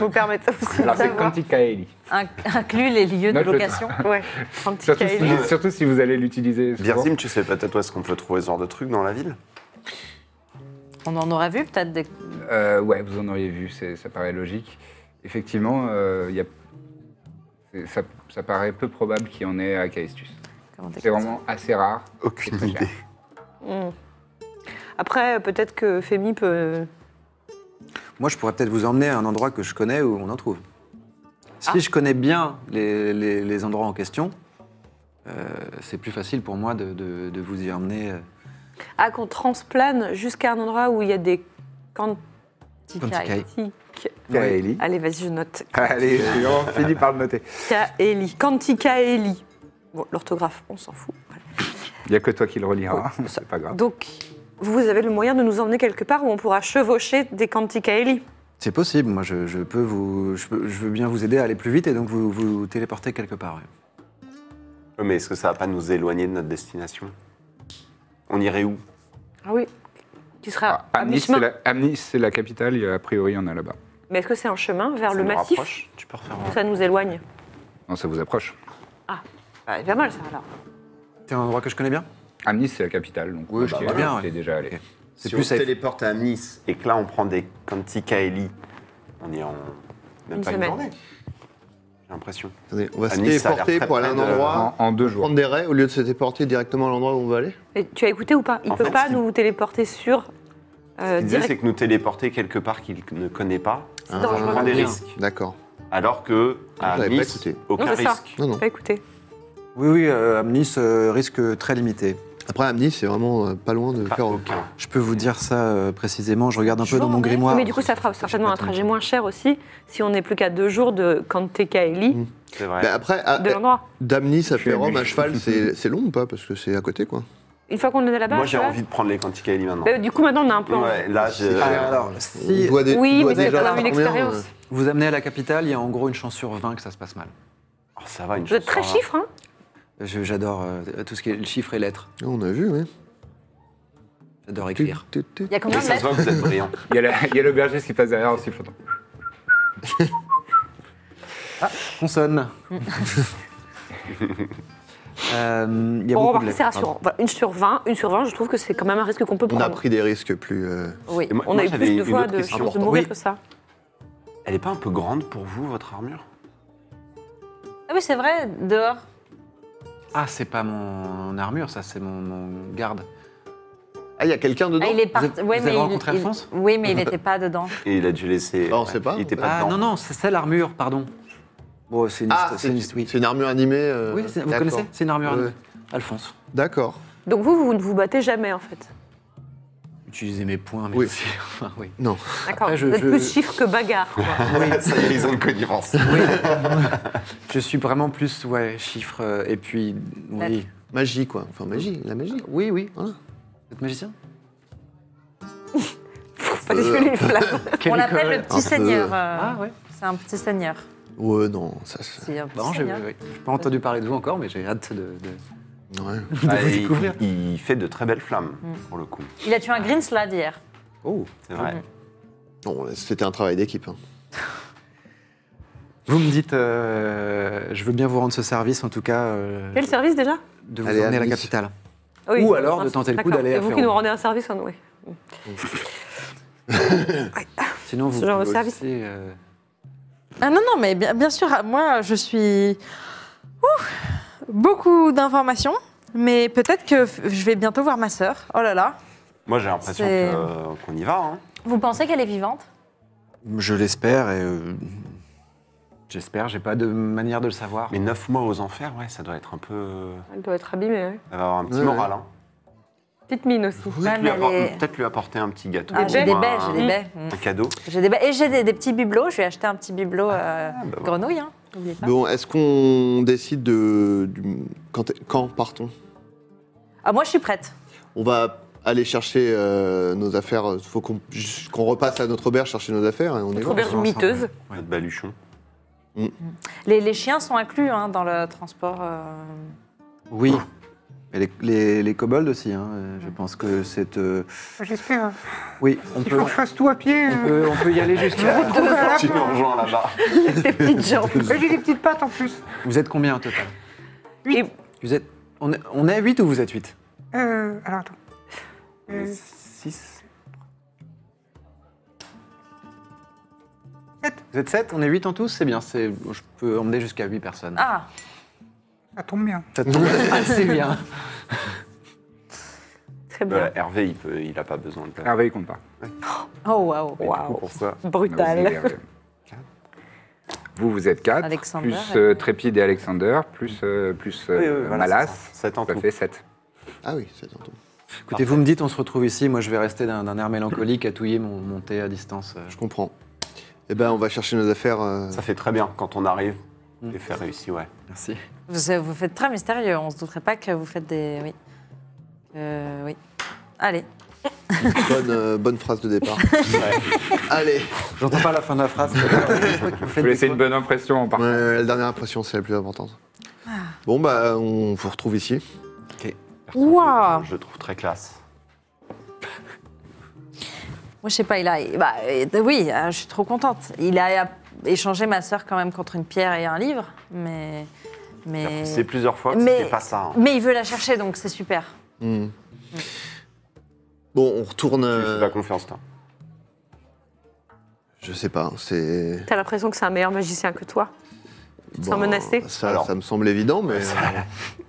Speaker 7: me permettent aussi de
Speaker 1: Alors, c'est
Speaker 7: savoir
Speaker 1: Quanticaeli.
Speaker 4: inc- inclus les lieux de
Speaker 1: Note le
Speaker 4: location.
Speaker 7: Ouais, un petit
Speaker 1: Surtout,
Speaker 7: cahier.
Speaker 1: si, surtout si vous allez l'utiliser. souvent.
Speaker 3: Birzim, tu sais peut-être où est-ce qu'on peut trouver ce genre de truc dans la [laughs] ville
Speaker 4: On en aurait vu peut-être des.
Speaker 1: Euh, ouais, vous en auriez vu, c'est- ça paraît logique. Effectivement, euh, il y a- c'est- ça, ça paraît peu probable qu'il y en ait à Caestus.
Speaker 4: Comment t'es-
Speaker 1: C'est vraiment assez rare.
Speaker 3: Aucune
Speaker 1: C'est très
Speaker 3: idée.
Speaker 7: Mm. Après, peut-être que Femi peut. euh,
Speaker 6: Moi, je pourrais peut-être vous emmener à un endroit que je connais où on en trouve. Si je connais bien les, les- les endroits en question, euh, c'est plus facile pour moi de, de- de vous y emmener. euh,
Speaker 7: Ah, qu'on transplane jusqu'à un endroit où il y a des
Speaker 4: Petit
Speaker 6: Quanticaeli.
Speaker 4: caille.
Speaker 7: quantiques.
Speaker 6: Kaeli.
Speaker 7: Allez, vas-y, je note.
Speaker 1: Ah,
Speaker 6: Allez, on finit par le noter.
Speaker 7: Kaeli. Quanticaeli. Bon, l'orthographe, on s'en fout. Voilà.
Speaker 1: Il n'y a que toi qui le reliras, c'est pas grave.
Speaker 7: Donc, vous avez le moyen de nous emmener quelque part où on pourra chevaucher des Quanticaeli.
Speaker 6: C'est possible, moi je, je peux vous, je, peux- je veux bien vous aider à aller plus vite et donc vous vous téléporter quelque part. ouais.
Speaker 3: Ouais, Mais est-ce que ça va pas nous éloigner de notre destination On irait où
Speaker 7: Ah oui. Qui sera
Speaker 1: Ah,
Speaker 7: à
Speaker 1: Amnis,
Speaker 7: mi-chemin.
Speaker 1: c'est la, Amnis, c'est la capitale, il y a- a priori, il y en a là-bas.
Speaker 7: Mais est-ce que c'est un chemin vers
Speaker 3: Ça
Speaker 7: le
Speaker 3: nous
Speaker 7: massif
Speaker 3: rapproche Tu peux refaire un-
Speaker 7: ou ça nous éloigne
Speaker 1: Non, ça vous approche.
Speaker 7: Ah, C'est pas mal ça alors.
Speaker 6: C'est un endroit que je connais bien
Speaker 1: Amnis, c'est la capitale, donc
Speaker 6: Oui, je connais bien,
Speaker 1: t'es
Speaker 6: ouais.
Speaker 1: déjà allé.
Speaker 6: C'est
Speaker 3: si
Speaker 6: plus
Speaker 3: on se
Speaker 6: safe.
Speaker 3: téléporte à Nice et que là on prend des Quanticaeli, on y est en même
Speaker 7: Une
Speaker 3: pas
Speaker 7: semaine.
Speaker 3: une journée. J'ai l'impression.
Speaker 2: Attendez, on va se
Speaker 3: Ah, Nice, ça a l'air
Speaker 2: téléporter
Speaker 3: très
Speaker 2: pour aller à un
Speaker 3: près de-
Speaker 2: endroit,
Speaker 1: En, en deux jours.
Speaker 2: prendre des raies au lieu de se téléporter directement à l'endroit où on va aller.
Speaker 7: Mais tu as écouté ou pas Il
Speaker 3: En
Speaker 7: peut
Speaker 3: fait,
Speaker 7: pas
Speaker 3: il-
Speaker 7: nous téléporter sur. euh,
Speaker 3: L'idée
Speaker 7: direct-
Speaker 3: c'est que nous téléporter quelque part qu'il ne connaît pas,
Speaker 7: C'est dangereux.
Speaker 3: on prend des
Speaker 6: bien.
Speaker 3: risques.
Speaker 2: D'accord.
Speaker 3: Alors que à
Speaker 2: Ah, J'avais pas
Speaker 3: Nice,
Speaker 2: écouté.
Speaker 3: aucun
Speaker 7: Non, c'est ça.
Speaker 3: risque.
Speaker 2: Non, non.
Speaker 7: Pas écouté.
Speaker 6: Oui, oui, euh, Amnis, euh, risque très limité.
Speaker 2: Après, Amni, c'est vraiment euh, pas loin de
Speaker 3: Pas
Speaker 2: faire
Speaker 3: aucun.
Speaker 6: Je peux vous dire ça euh, précisément, je regarde un peu dans mon
Speaker 4: Journée.
Speaker 6: grimoire.
Speaker 7: Mais du coup, ça fera certainement un trajet moins cher aussi si on n'est plus qu'à deux jours de Kantekaeli,
Speaker 2: Mm.
Speaker 3: C'est vrai.
Speaker 2: Mais après, à-
Speaker 6: Mm.
Speaker 7: de l'endroit.
Speaker 2: d'Amni, ça
Speaker 1: Je
Speaker 2: fait
Speaker 1: suis
Speaker 2: Rome
Speaker 1: aimé.
Speaker 2: à [laughs] cheval, c'est c'est long ou pas Parce que c'est à côté, quoi.
Speaker 7: Une fois qu'on est là-bas.
Speaker 3: Moi
Speaker 7: tu
Speaker 3: j'ai
Speaker 7: vois.
Speaker 3: envie de prendre les Quanticaeli maintenant.
Speaker 7: Bah, du coup, maintenant, on a un peu.
Speaker 3: Ouais, là j'ai-
Speaker 6: Ah, alors, si
Speaker 2: On doit dé- on
Speaker 7: Oui,
Speaker 2: doit
Speaker 7: mais c'est
Speaker 2: déjà
Speaker 7: quand même
Speaker 2: avoir
Speaker 7: une
Speaker 2: combien,
Speaker 7: expérience.
Speaker 2: euh,
Speaker 6: vous amenez à la capitale, il y a en gros une chance sur 20 que ça se passe mal.
Speaker 3: Oh, ça va une
Speaker 7: Vous êtes
Speaker 3: chose
Speaker 7: très
Speaker 3: sur un.
Speaker 7: chiffre, hein
Speaker 6: Je- J'adore euh, tout ce qui est chiffres et lettres.
Speaker 2: Ah, On a vu, oui.
Speaker 6: J'adore écrire.
Speaker 2: Tu- tu- tu-
Speaker 4: Il y a combien
Speaker 3: Mais
Speaker 4: de
Speaker 3: ça se
Speaker 4: lettres
Speaker 3: voit que vous êtes
Speaker 7: [laughs]
Speaker 3: brillant.
Speaker 1: Il y a la- il y a l'aubergiste qui passe derrière en sifflotant.
Speaker 6: [laughs]
Speaker 7: [laughs]
Speaker 6: Consonne. Euh, Il y a
Speaker 7: Bon,
Speaker 6: beaucoup de
Speaker 7: remarque,
Speaker 6: lettres,
Speaker 7: c'est rassurant. Voilà, une sur 20, une sur 20, je trouve que c'est quand même un risque qu'on peut
Speaker 2: On
Speaker 7: prendre.
Speaker 2: a pris des risques plus. euh,
Speaker 7: Oui,
Speaker 3: Et moi-
Speaker 7: on
Speaker 3: moi,
Speaker 7: a eu
Speaker 3: j'avais
Speaker 7: plus de
Speaker 3: une
Speaker 7: fois
Speaker 3: autre
Speaker 7: de
Speaker 3: question.
Speaker 7: chances de mourir
Speaker 6: Oui.
Speaker 7: que ça.
Speaker 3: Elle est pas un peu grande pour vous votre armure
Speaker 4: Ah oui, c'est vrai, dehors.
Speaker 6: pardon. Ah, c'est pas mon armure, ça, c'est mon, mon garde.
Speaker 2: Ah, il y a quelqu'un dedans
Speaker 4: Ah, il est
Speaker 6: Vous avez-
Speaker 4: parti. ouais,
Speaker 6: vous avez
Speaker 4: mais il-
Speaker 6: rencontré
Speaker 4: il-
Speaker 6: Alphonse
Speaker 4: Oui, mais il n'était pas dedans.
Speaker 3: Et il a dû laisser.
Speaker 2: Ah, on sait pas.
Speaker 3: Il était pas
Speaker 6: Ah, non,
Speaker 3: dedans.
Speaker 6: non, c'est c'est l'armure, pardon. Bon, c'est une,
Speaker 2: Ah,
Speaker 6: histo-
Speaker 2: c'est
Speaker 6: c'est une histo- oui.
Speaker 2: c'est une armure animée. euh,
Speaker 6: Oui, c'est- vous
Speaker 2: d'accord.
Speaker 6: connaissez C'est une armure.
Speaker 2: Ouais.
Speaker 6: Alphonse.
Speaker 2: D'accord.
Speaker 7: Donc vous, vous ne vous battez jamais, en fait.
Speaker 6: Utilisez mes points, mais
Speaker 2: Oui.
Speaker 6: [laughs] enfin, oui.
Speaker 2: Non.
Speaker 7: [laughs] D'accord,
Speaker 6: Après,
Speaker 7: vous
Speaker 6: je-
Speaker 7: êtes
Speaker 6: je-
Speaker 7: plus chiffre que bagarre.
Speaker 6: [laughs]
Speaker 7: quoi.
Speaker 3: [laughs] ça y est, ils ont
Speaker 2: [laughs]
Speaker 3: une connivence.
Speaker 6: Je suis vraiment plus, ouais, chiffres, euh, et puis, oui.
Speaker 2: Magie, quoi. Enfin, magie, la magie.
Speaker 6: Oui, oui.
Speaker 2: Voilà.
Speaker 6: Vous êtes magicien
Speaker 7: Faut pas déjouer
Speaker 6: Euh,
Speaker 7: les flammes.
Speaker 4: On l'appelle le
Speaker 2: Un
Speaker 4: petit
Speaker 2: peu.
Speaker 4: seigneur. euh,
Speaker 6: Ah, ouais. Bah
Speaker 4: C'est un petit seigneur.
Speaker 2: Ouais, non, ça. c'est-
Speaker 4: C'est un petit
Speaker 6: Non, j'ai
Speaker 4: seigneur.
Speaker 6: oui. J'ai pas entendu parler de vous encore, mais j'ai hâte de. de-
Speaker 2: Ouais.
Speaker 3: Ah,
Speaker 6: vous
Speaker 3: il-
Speaker 6: découvrir.
Speaker 3: Il, il fait de très belles flammes,
Speaker 7: Mm.
Speaker 3: pour le coup.
Speaker 4: Il a tué un Greenslad hier.
Speaker 6: Oh
Speaker 3: C'est vrai.
Speaker 7: Mm.
Speaker 2: Non, c'était un travail d'équipe. hein.
Speaker 6: Vous me dites, euh, je veux bien vous rendre ce service, en tout cas, euh,
Speaker 7: Quel service déjà
Speaker 6: de vous
Speaker 2: Allez,
Speaker 6: emmener à la
Speaker 2: Alice.
Speaker 6: capitale.
Speaker 7: Ah oui,
Speaker 6: Ou alors de
Speaker 7: mince,
Speaker 6: tenter le coup
Speaker 7: d'accord.
Speaker 6: d'aller à
Speaker 7: Et vous qui
Speaker 6: Ferrand.
Speaker 7: nous rendez un service, hein, oui.
Speaker 6: Sinon, vous
Speaker 7: Ce genre de
Speaker 6: pouvez
Speaker 7: service.
Speaker 6: aussi, euh,
Speaker 4: Ah non, non, ah, mais bien, bien sûr, moi, je suis. Ouh Beaucoup d'informations.
Speaker 5: Mais peut-être que f- je vais bientôt voir ma sœur. Oh là là.
Speaker 3: Moi, j'ai l'impression
Speaker 5: C'est-
Speaker 3: que, euh, qu'on y va. hein.
Speaker 4: Vous pensez qu'elle est vivante
Speaker 6: Je l'espère et. euh, J'espère, j'ai pas de manière de le savoir.
Speaker 3: Mais neuf mois aux enfers, ouais, ça doit être un peu.
Speaker 7: Elle doit être abîmée. hein.
Speaker 3: Elle va avoir un petit
Speaker 2: Ouais,
Speaker 3: moral. hein.
Speaker 7: Petite mine aussi.
Speaker 4: Ouais,
Speaker 3: Peut-être
Speaker 4: mais
Speaker 3: lui,
Speaker 4: elle
Speaker 3: appor-
Speaker 4: est-
Speaker 3: peut-être lui apporter un petit gâteau.
Speaker 4: Ah,
Speaker 3: ou
Speaker 4: J'ai des
Speaker 3: un-
Speaker 4: baies, j'ai des baies. Mmh.
Speaker 3: Un cadeau.
Speaker 4: J'ai des baies. Et j'ai des, des petits bibelots. Je vais acheter un petit bibelot euh,
Speaker 3: bah ouais.
Speaker 4: grenouille. hein, n'oubliez pas.
Speaker 2: Bon, est-ce qu'on décide de. du- quand, quand partons
Speaker 4: Ah, moi, je suis prête.
Speaker 2: On va aller chercher euh, nos affaires. Il faut qu'on juste qu'on repasse à notre auberge chercher nos affaires et on y va.
Speaker 7: Auberge
Speaker 6: ensemble,
Speaker 7: miteuse.
Speaker 6: Ouais.
Speaker 3: Notre baluchon.
Speaker 4: Les, les chiens sont inclus hein, dans le transport. euh,
Speaker 6: Oui. Et les, les, les kobolds aussi, hein, euh, je pense que c'est. euh,
Speaker 8: J'espère. hein.
Speaker 6: Oui, on
Speaker 8: Il
Speaker 6: peut,
Speaker 8: faut que je fasse tout à pied.
Speaker 6: on
Speaker 8: euh.
Speaker 6: peut, on peut
Speaker 1: [laughs]
Speaker 6: y aller jusqu'à.
Speaker 8: Trop malade.
Speaker 3: Tu nous rejoins là-bas.
Speaker 7: Tes petites
Speaker 6: [laughs]
Speaker 7: jambes.
Speaker 8: Et j'ai des petites pattes en plus.
Speaker 6: Vous êtes combien au total
Speaker 8: Huit.
Speaker 7: Et-
Speaker 6: Vous êtes. On est, on est 8 ou vous êtes 8
Speaker 8: Euh, alors attends. Euh,
Speaker 3: 6.
Speaker 6: Vous êtes 7 On est 8 en tous C'est bien, c'est- je peux emmener jusqu'à 8 personnes.
Speaker 4: Ah,
Speaker 8: ça tombe bien.
Speaker 6: Ça tombe [laughs] assez bien.
Speaker 7: Très bien.
Speaker 3: Euh, Hervé, il peut, il a pas besoin de
Speaker 1: Hervé, Ah bah, il compte pas.
Speaker 4: oh waouh.
Speaker 3: Et du coup, pour ça,
Speaker 1: Vous,
Speaker 4: Brutal.
Speaker 1: Hervé. Vous, vous êtes quatre,
Speaker 4: Alexander,
Speaker 1: plus
Speaker 4: Hervé.
Speaker 1: euh, Trépide et Alexander, plus, euh, plus euh, Malas,
Speaker 3: 7 en
Speaker 1: ça
Speaker 3: tout.
Speaker 1: fait sept.
Speaker 2: Ah oui, c'est tantôt.
Speaker 6: Écoutez, vous me dites, on se retrouve ici. Moi, je vais rester d'un d'un air mélancolique, à touiller mon, mon thé à distance. euh.
Speaker 2: Je comprends. Eh ben, on va chercher nos affaires. euh,
Speaker 3: Ça fait très bien quand on arrive.
Speaker 2: Mm.
Speaker 3: Les faire réussir, ouais.
Speaker 6: Merci.
Speaker 4: [laughs] Vous, vous faites très mystérieux. On se douterait pas que vous faites des. Oui. Euh, oui. Allez.
Speaker 2: bonne, euh, bonne phrase de
Speaker 7: [laughs]
Speaker 2: départ. Allez,
Speaker 6: J'entends pas la fin de la [laughs] phrase.
Speaker 1: Je vous laisser une bonne impression en partant.
Speaker 2: Ouais, la dernière impression, c'est la plus importante.
Speaker 7: Ah.
Speaker 2: Bon, bah, on vous retrouve ici.
Speaker 7: Ouah.
Speaker 3: Je le trouve très classe.
Speaker 4: Moi, je sais pas, il a. il- Bah, euh, oui, euh, je suis trop contente. Il a échangé ma sœur quand même contre une pierre et un livre, mais.
Speaker 3: Il a
Speaker 4: Mais,
Speaker 3: poussé plusieurs fois que
Speaker 4: Mais-
Speaker 3: c'était pas ça. hein.
Speaker 4: mais il veut la chercher, donc c'est super.
Speaker 2: Hmm. Bon, on retourne.
Speaker 3: Tu lui
Speaker 2: euh,
Speaker 3: fais pas confiance, toi.
Speaker 2: je sais pas, c'est.
Speaker 7: T'as l'impression que c'est un meilleur magicien que toi. te sens menacé
Speaker 2: ça,
Speaker 3: Alors.
Speaker 2: ça me semble évident,
Speaker 3: [laughs]
Speaker 2: mais. euh,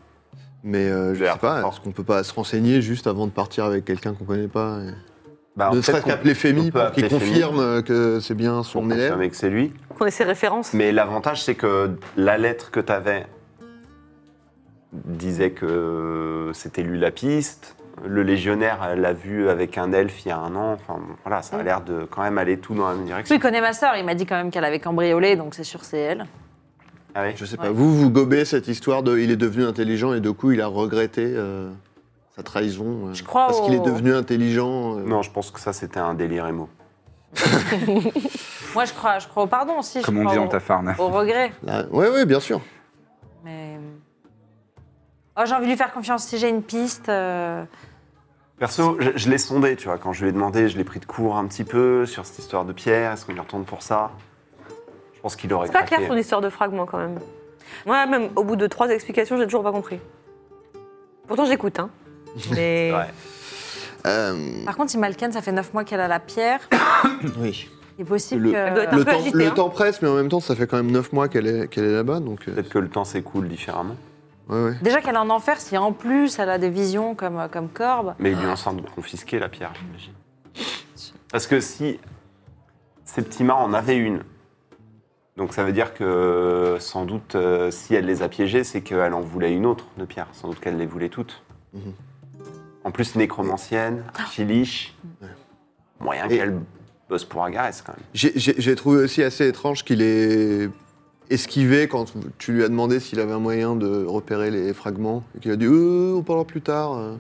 Speaker 2: mais euh, je
Speaker 3: J'ai
Speaker 2: sais pas,
Speaker 3: l'air
Speaker 2: est-ce qu'on peut pas se renseigner juste avant de partir avec quelqu'un qu'on connaît pas et-
Speaker 3: Bah,
Speaker 2: Ne
Speaker 3: peut-être
Speaker 2: serait-ce
Speaker 3: qu'on-
Speaker 2: qu'appeler
Speaker 3: on
Speaker 2: Fémi
Speaker 3: peut
Speaker 2: pour qu'il
Speaker 3: appeler Fémi
Speaker 2: confirme euh, que c'est bien
Speaker 3: pour
Speaker 2: son élève.
Speaker 3: confirmer que c'est lui.
Speaker 7: Qu'on ait ses références.
Speaker 3: Mais l'avantage, c'est que la lettre que t'avais disait que c'était lui la piste. Le légionnaire elle l'a vu avec un elfe il y a un an. Enfin, bon, voilà, ça a l'air de quand même aller tout dans la même
Speaker 4: Lui,
Speaker 3: direction.
Speaker 4: il connaît ma sœur, il m'a dit quand même qu'elle avait cambriolé, donc c'est sûr, c'est elle.
Speaker 3: Ah oui.
Speaker 2: Je sais pas, vous, vous gobez cette histoire de il est devenu intelligent et de coup il a regretté euh, sa trahison. euh,
Speaker 4: Je crois
Speaker 2: Parce qu'il est
Speaker 4: au-
Speaker 2: devenu intelligent. euh,
Speaker 3: Non, je pense que ça, c'était un délire émo.
Speaker 4: Moi, je crois, je crois au pardon aussi. je
Speaker 1: Comme on
Speaker 4: crois
Speaker 1: dit
Speaker 4: au,
Speaker 1: dans ta farne.
Speaker 4: au regret.
Speaker 2: là- Ouais, ouais, bien sûr.
Speaker 4: Mais. Oh, j'ai envie de lui faire confiance si j'ai une piste. euh,
Speaker 3: Perso, je, je l'ai sondé, tu vois. Quand je lui ai demandé, je l'ai pris de court un petit peu sur cette histoire de pierre. Est-ce qu'on y retourne pour ça Je pense qu'il aurait
Speaker 7: C'est
Speaker 2: Ah,
Speaker 7: pas
Speaker 3: craqué.
Speaker 7: clair ton histoire de fragments quand même. Moi, même au bout de trois explications, j'ai toujours pas compris. Pourtant, j'écoute, hein. Mais
Speaker 3: Ouais.
Speaker 2: Euh,
Speaker 4: Par contre, si Malken, ça fait 9 mois qu'elle a
Speaker 1: [coughs]
Speaker 4: la pierre,
Speaker 2: oui.
Speaker 4: il est possible
Speaker 2: Le-
Speaker 4: que.
Speaker 7: Elle doit être un
Speaker 2: Le,
Speaker 7: peu
Speaker 2: temps,
Speaker 7: agité,
Speaker 2: le
Speaker 7: hein.
Speaker 2: temps presse, mais en même temps, ça fait quand même 9 mois qu'elle est, qu'elle est là-bas. Donc, euh,
Speaker 3: Peut-être que le temps s'écoule différemment.
Speaker 2: ouais, ouais.
Speaker 4: Déjà qu'elle est en enfer, si en plus elle a des visions comme, euh, comme Corbe.
Speaker 3: Mais ils lui ont sans doute confisqué la pierre, j'imagine. Parce que si ces petits mâts en avaient une, donc ça veut dire que sans doute, euh, si elle les a piégés, c'est qu'elle en voulait une autre de pierre. Sans doute qu'elle les voulait toutes.
Speaker 2: Mhm.
Speaker 3: En plus, nécromancienne,
Speaker 7: Ah.
Speaker 3: chiliche, moyen
Speaker 2: Et-
Speaker 3: qu'elle bosse pour Agarès quand même.
Speaker 2: J'ai- J'ai j'ai trouvé aussi assez étrange qu'il ait esquivé quand tu lui as demandé s'il avait un moyen de repérer les fragments. Et qu'il a dit Euh, on parlera plus tard. euh.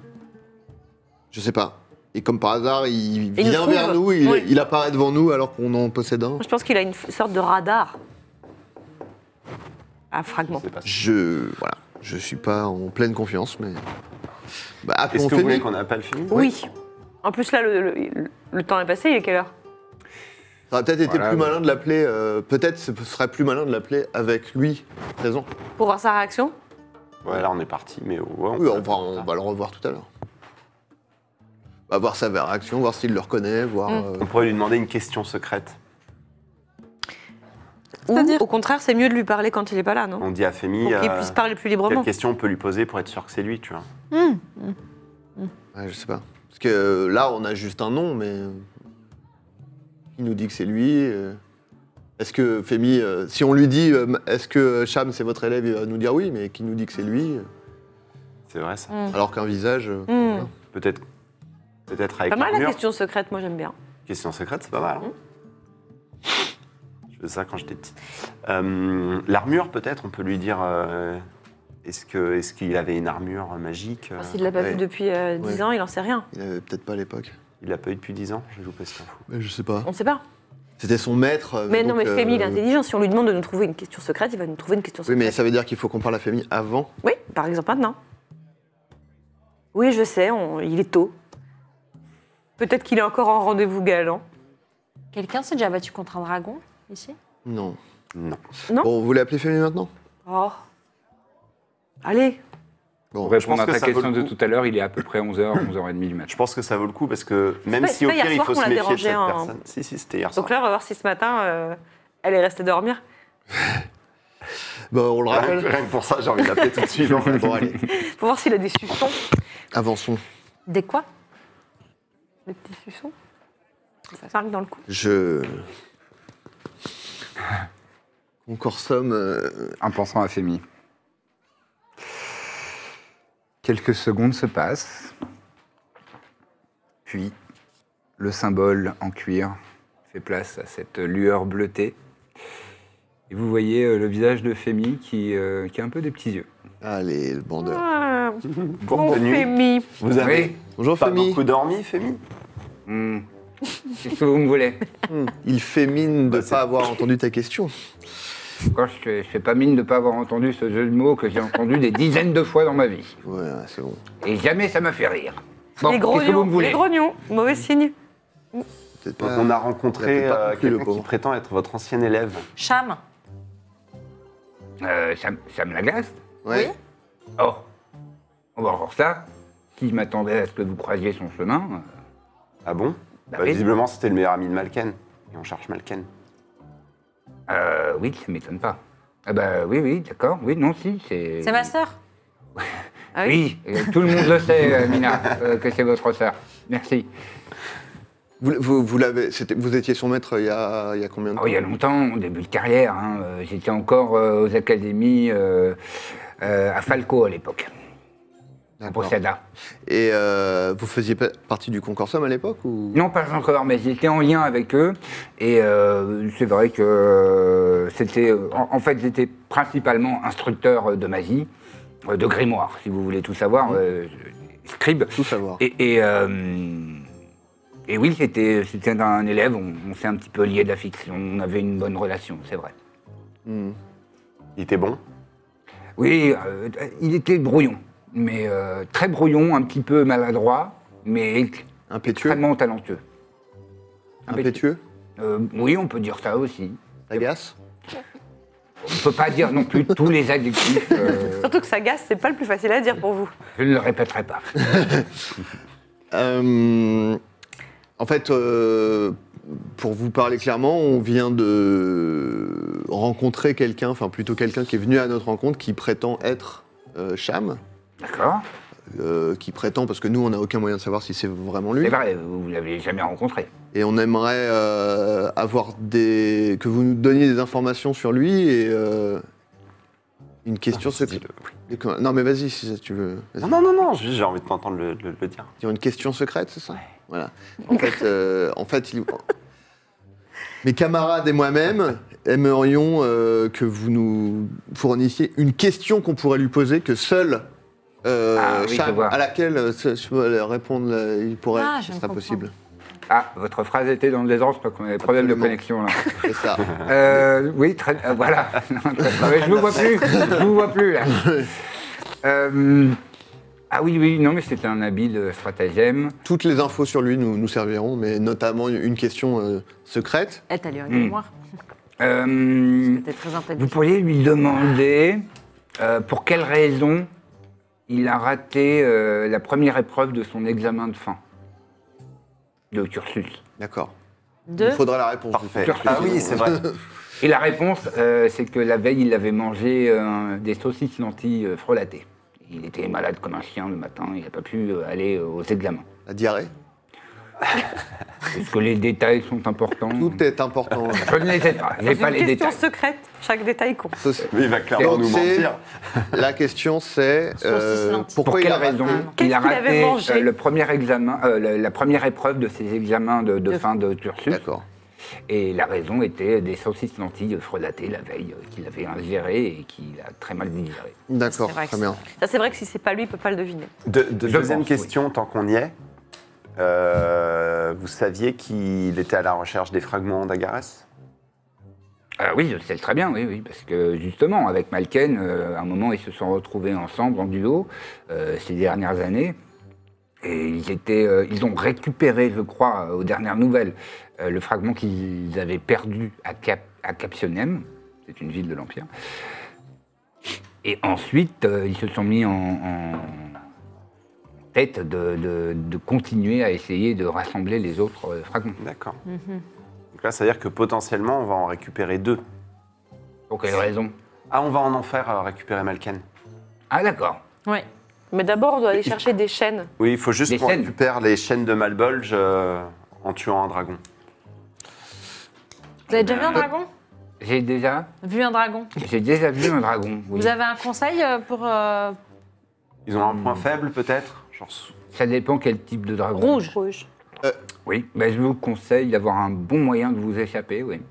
Speaker 2: Je sais pas. Et comme par hasard, il
Speaker 7: Il nous
Speaker 2: vient vers
Speaker 7: trouve.
Speaker 2: nous, il,
Speaker 7: Oui.
Speaker 2: il apparaît devant nous alors qu'on en possède un.
Speaker 7: je pense qu'il a une f- sorte de radar. Un fragment.
Speaker 3: C'est pas ça.
Speaker 2: Je. Voilà. Je suis pas en pleine confiance, mais. Bah, après,
Speaker 3: Est-ce
Speaker 2: on
Speaker 3: que vous
Speaker 2: fait
Speaker 3: voulez
Speaker 2: mieux.
Speaker 3: qu'on appelle Fini
Speaker 7: Oui. En plus, là, le, le- le temps est passé, il est quelle heure
Speaker 2: Ça aurait peut-être été
Speaker 1: Voilà,
Speaker 2: plus
Speaker 1: mais-
Speaker 2: malin de l'appeler. euh, peut-être ce serait plus malin de l'appeler avec lui présent.
Speaker 7: Pour voir sa réaction
Speaker 3: Ouais, là on est parti, mais ouais, on,
Speaker 2: Ah Oui,
Speaker 3: peut
Speaker 2: on va,
Speaker 3: l'appeler plus
Speaker 2: on
Speaker 3: tard.
Speaker 2: va le revoir tout à l'heure. On va voir sa réaction, voir s'il le reconnaît, voir.
Speaker 7: Mm.
Speaker 2: euh,
Speaker 3: On pourrait lui demander une question secrète.
Speaker 7: Ou,
Speaker 5: C'est-à-dire
Speaker 7: au contraire, c'est mieux de lui parler quand il n'est pas là, non
Speaker 3: On dit à Femi,
Speaker 7: Pour qu'il
Speaker 3: euh,
Speaker 7: puisse parler plus
Speaker 3: quelle
Speaker 7: librement.
Speaker 3: question on peut lui poser pour être sûr que c'est lui, tu vois.
Speaker 2: Ouais, je sais pas. Parce que euh, là, on a juste un nom, mais euh, il nous dit que c'est lui. euh. Est-ce que Femi, euh, si on lui dit, euh, m- est-ce que Cham c'est votre élève, il va nous dire oui, mais qui nous dit que c'est lui, euh,
Speaker 3: C'est vrai ça.
Speaker 7: Mm.
Speaker 2: alors qu'un visage. euh,
Speaker 7: Hmm.
Speaker 2: voilà.
Speaker 3: Peut-être peut-être avec
Speaker 7: Pas mal la
Speaker 3: l'armure.
Speaker 7: question secrète, moi j'aime bien.
Speaker 3: Question secrète, c'est pas mal. hein.
Speaker 7: Mm.
Speaker 3: Je faisais ça quand j'étais petit. Euh, l'armure, peut-être, on peut lui dire euh, est-ce, que, est-ce qu'il avait une armure magique euh,
Speaker 7: Ah, S'il l'a pas
Speaker 2: ouais.
Speaker 7: vu depuis euh, 10
Speaker 2: Ouais.
Speaker 7: ans, il en sait rien.
Speaker 2: Il avait peut-être pas à l'époque.
Speaker 3: Il l'a pas eu depuis 10 ans Je vous pose cette info.
Speaker 2: Mais je sais pas.
Speaker 7: On sait pas.
Speaker 2: C'était son maître. euh,
Speaker 7: Mais non, mais
Speaker 2: donc, euh,
Speaker 7: Femi, il est intelligent. Si on lui demande de nous trouver une question secrète, il va nous trouver une question
Speaker 2: Oui,
Speaker 7: secrète.
Speaker 2: mais ça veut dire qu'il faut qu'on parle à Femi avant.
Speaker 7: Oui, par exemple maintenant. Oui, je sais, on- il est tôt. Peut-être qu'il est encore en rendez-vous galant.
Speaker 4: Quelqu'un s'est déjà battu contre un dragon ici
Speaker 2: Non.
Speaker 3: Non.
Speaker 7: Non.
Speaker 2: Bon, vous voulez appeler Femi maintenant
Speaker 7: Oh. Allez,
Speaker 2: Bon,
Speaker 1: Pour répondre
Speaker 3: pense
Speaker 1: à
Speaker 3: que
Speaker 1: ta
Speaker 3: ça vaut
Speaker 1: question
Speaker 3: le
Speaker 1: de
Speaker 3: coup.
Speaker 1: tout à l'heure, il est à peu près 11h, 11h30 du match.
Speaker 3: Je pense que ça vaut le coup parce que même
Speaker 7: pas- c'est
Speaker 3: si au
Speaker 7: pas hier
Speaker 3: pire il
Speaker 7: soir
Speaker 3: faut
Speaker 7: qu'on
Speaker 3: se
Speaker 7: l'a
Speaker 3: méfier de
Speaker 7: dérangé,
Speaker 3: cette
Speaker 7: hein.
Speaker 3: personne. Si, si, c'était hier soir.
Speaker 7: donc là, on va voir si ce matin, euh, elle est restée dormir.
Speaker 2: bah, on le
Speaker 3: Rien
Speaker 2: rappelle.
Speaker 3: que- rien que pour ça, j'ai envie de l'appeler tout de suite. en
Speaker 2: [laughs]
Speaker 3: fait.
Speaker 2: bon, allez,
Speaker 7: Faut voir s'il a des suçons.
Speaker 2: avançons.
Speaker 4: Des quoi
Speaker 7: Des petits suçons. Ça parle dans le cou.
Speaker 2: Je. On consomme. euh,
Speaker 1: En pensant à Femi. Quelques secondes se passent. Puis, le symbole en cuir fait place à cette lueur bleutée. Et vous voyez euh, le visage de Femi qui, euh, qui a un peu des petits yeux.
Speaker 2: Allez, le bandeur.
Speaker 7: Ah,
Speaker 3: Pour
Speaker 7: mon
Speaker 3: de nuit.
Speaker 7: Femi.
Speaker 3: Vous avez
Speaker 1: Oui.
Speaker 2: Bonjour
Speaker 3: pas
Speaker 2: Femi. Euh,
Speaker 3: beaucoup dormi, Femi
Speaker 1: Hmm. Qu'est-ce que vous me voulez
Speaker 2: Hmm. Il fait mine de
Speaker 3: Bah,
Speaker 2: ne
Speaker 3: c'est-
Speaker 2: pas avoir entendu ta question.
Speaker 1: Quand je, fais- je fais pas mine de pas avoir entendu ce jeu de mots que j'ai entendu des dizaines de fois dans ma vie.
Speaker 2: Ouais, c'est bon.
Speaker 1: Et jamais ça m'a fait rire. Bon,
Speaker 7: les
Speaker 1: qu'est-ce que vous me
Speaker 7: grognons,
Speaker 1: voulez
Speaker 7: les grognons. Mauvais signe.
Speaker 2: Peut-être pas.
Speaker 3: On
Speaker 2: il
Speaker 3: a rencontré
Speaker 2: a peut-être pas
Speaker 3: euh,
Speaker 2: compris, le
Speaker 3: quelqu'un qui
Speaker 2: pauvre.
Speaker 3: prétend être votre ancien élève.
Speaker 4: Cham.
Speaker 1: Euh, ça, m- ça me l'agace
Speaker 2: Ouais.
Speaker 1: Oh, on va revoir ça. Si je m'attendais à ce que vous croisiez son chemin, euh,
Speaker 3: Ah bon
Speaker 1: Bah
Speaker 3: Bah,
Speaker 1: oui.
Speaker 3: Visiblement, c'était le meilleur ami de Malken. Et on cherche Malken.
Speaker 1: euh, oui, ça m'étonne pas. Ah bah oui, oui, d'accord, oui, non, si, c'est...
Speaker 4: C'est ma sœur.
Speaker 7: Ah
Speaker 1: Oui, euh, tout le monde le sait, euh, Mina, euh, que c'est votre sœur. Merci.
Speaker 2: Vous, vous, vous l'avez. c'était- Vous étiez son maître il y a, il y a combien de
Speaker 1: Ah
Speaker 2: temps
Speaker 1: oui, il y a longtemps, au début de carrière, hein, euh, j'étais encore euh, aux académies euh, euh, à Falco à l'époque, à
Speaker 2: D'accord.
Speaker 1: Proceda.
Speaker 2: Et euh, vous faisiez pa- partie du concorsum à l'époque ou
Speaker 1: Non, pas encore, mais j'étais en lien avec eux. Et euh, c'est vrai que euh, c'était. En, en fait, j'étais principalement instructeur de magie, euh, de grimoire, si vous voulez tout savoir, euh, scribe.
Speaker 2: Mmh. Tout savoir.
Speaker 1: Et, et, euh, et oui, c'était c'était un élève, on, on s'est un petit peu lié d'affection, on avait une bonne relation, c'est vrai.
Speaker 2: Hmm.
Speaker 3: Il était bon
Speaker 1: Oui, euh, il était brouillon, mais euh, très brouillon, un petit peu maladroit, mais
Speaker 2: Impétueux
Speaker 1: extrêmement talentueux.
Speaker 2: Impétueux
Speaker 1: Euh, oui, on peut dire ça aussi.
Speaker 2: Agace
Speaker 1: On peut pas dire non plus tous les adjectifs. euh,
Speaker 7: Surtout que ça gasse, c'est pas le plus facile à dire pour vous.
Speaker 1: je ne le répéterai pas.
Speaker 2: Euh, En fait, euh, pour vous parler clairement, on vient de rencontrer quelqu'un, enfin plutôt quelqu'un qui est venu à notre rencontre qui prétend être euh, Cham.
Speaker 1: D'accord
Speaker 2: euh, qui prétend, parce que nous, on n'a aucun moyen de savoir si c'est vraiment lui.
Speaker 1: C'est vrai, vous ne l'avez jamais rencontré.
Speaker 2: Et on aimerait euh, avoir des... que vous nous donniez des informations sur lui et euh, une question
Speaker 1: Ah,
Speaker 2: secrète. Et comment- Non, mais vas-y, si ça, tu veux. Vas-y.
Speaker 3: Non, non, non, non, juste, j'ai envie de t'entendre le, le- le dire.
Speaker 2: Ils ont une question secrète, c'est ça Voilà. En fait, euh, en fait il-
Speaker 1: [laughs]
Speaker 2: mes camarades et moi-même aimerions euh, que vous nous fournissiez une question qu'on pourrait lui poser que seul euh,
Speaker 1: Ah, oui, je
Speaker 2: Charles-
Speaker 1: vois.
Speaker 2: à laquelle euh, ce- je pourrais répondre, euh, il pourrait,
Speaker 4: Ah, je
Speaker 2: ce sera
Speaker 4: comprends.
Speaker 2: possible.
Speaker 1: Ah, votre phrase était dans le désordre, je crois qu'on avait problème de
Speaker 2: Absolument.
Speaker 1: connexion là. [laughs]
Speaker 2: C'est ça.
Speaker 1: Euh, oui, très, euh, voilà. [laughs] Non, mais je vous vois plus, je vous vois plus là. Euh, ah oui, oui, non, mais c'était un habile stratagème.
Speaker 2: Toutes les infos sur lui nous, nous serviront, mais notamment une question euh, secrète.
Speaker 4: Elle t'a lu une mémoire.
Speaker 1: Euh,
Speaker 4: T'es très
Speaker 1: Vous
Speaker 4: intelligent.
Speaker 1: pourriez lui demander euh, pour quelle raison il a raté euh, la première épreuve de son examen de fin de cursus.
Speaker 2: D'accord.
Speaker 4: Deux.
Speaker 2: Il faudra la réponse.
Speaker 3: Parfait.
Speaker 1: Cursus.
Speaker 3: [laughs] Ah oui, c'est vrai.
Speaker 1: Et la réponse, euh, c'est que la veille, il avait mangé euh, des saucisses lentilles euh, frelatées. Il était malade comme un chien le matin, il n'a pas pu euh, aller aux examens.
Speaker 2: [laughs] La diarrhée
Speaker 1: Est-ce que les détails sont importants
Speaker 2: Tout est
Speaker 3: [laughs]
Speaker 2: important. ouais.
Speaker 1: Je ne les ai pas, je n'ai
Speaker 7: C'est
Speaker 1: pas
Speaker 7: une
Speaker 1: les
Speaker 7: question
Speaker 1: détails.
Speaker 7: secrète, chaque détail compte.
Speaker 2: Sauc-
Speaker 3: Lui, il bah, va clairement
Speaker 2: Donc,
Speaker 3: nous
Speaker 2: c'est-
Speaker 3: mentir.
Speaker 2: La question, c'est euh,
Speaker 4: lentilles.
Speaker 1: Pour
Speaker 2: pourquoi il
Speaker 1: quelle
Speaker 2: a raté
Speaker 1: raison
Speaker 7: Qu'est-ce
Speaker 1: il a
Speaker 7: qu'il
Speaker 1: raté
Speaker 7: avait mangé
Speaker 1: euh, le premier examen, euh, la, la première épreuve de ses examens de, de fin de cursus
Speaker 2: D'accord.
Speaker 1: Et la raison était des saucisses lentilles frelatées la veille euh, qu'il avait ingérées et qu'il a très mal digérées.
Speaker 2: D'accord,
Speaker 4: C'est vrai que
Speaker 2: très bien.
Speaker 7: Ça, c'est vrai que si c'est pas lui, il peut pas le deviner.
Speaker 3: De- de-
Speaker 1: Je
Speaker 3: deuxième
Speaker 1: pense,
Speaker 3: question, tant qu'on y est. Euh, vous saviez qu'il était à la recherche des fragments d'Agarès
Speaker 1: Ah oui, je le sais très bien, oui, oui, parce que justement, avec Malken, euh, à un moment, ils se sont retrouvés ensemble en duo euh, ces dernières années. Et ils, étaient, euh, ils ont récupéré, je crois, euh, aux dernières nouvelles, euh, le fragment qu'ils avaient perdu à, Cap, à Captionem, c'est une ville de l'Empire. Et ensuite, euh, ils se sont mis en, en tête de, de- de continuer à essayer de rassembler les autres euh, fragments.
Speaker 3: D'accord.
Speaker 1: Mhm.
Speaker 3: Donc là, ça veut dire que potentiellement, on va en récupérer deux.
Speaker 1: Pour quelle raison
Speaker 3: Ah, on va en enfer euh, récupérer Malken.
Speaker 1: Ah d'accord.
Speaker 4: Ouais.
Speaker 7: Mais d'abord, on doit aller chercher des chaînes.
Speaker 3: Oui, il faut juste
Speaker 1: Les
Speaker 3: qu'on
Speaker 1: chaînes.
Speaker 3: récupère les chaînes de Malbolge euh, en tuant un dragon.
Speaker 4: Vous avez déjà vu un dragon
Speaker 1: J'ai déjà
Speaker 4: Vu un dragon
Speaker 1: J'ai déjà vu un dragon. oui.
Speaker 4: Vous avez un conseil euh, pour. euh,
Speaker 3: Ils ont un
Speaker 1: Hmm.
Speaker 3: point faible, peut-être Genre sou-
Speaker 1: Ça dépend quel type de dragon.
Speaker 4: Rouge.
Speaker 1: Oui. Ben, je vous conseille d'avoir un bon moyen de vous échapper, oui.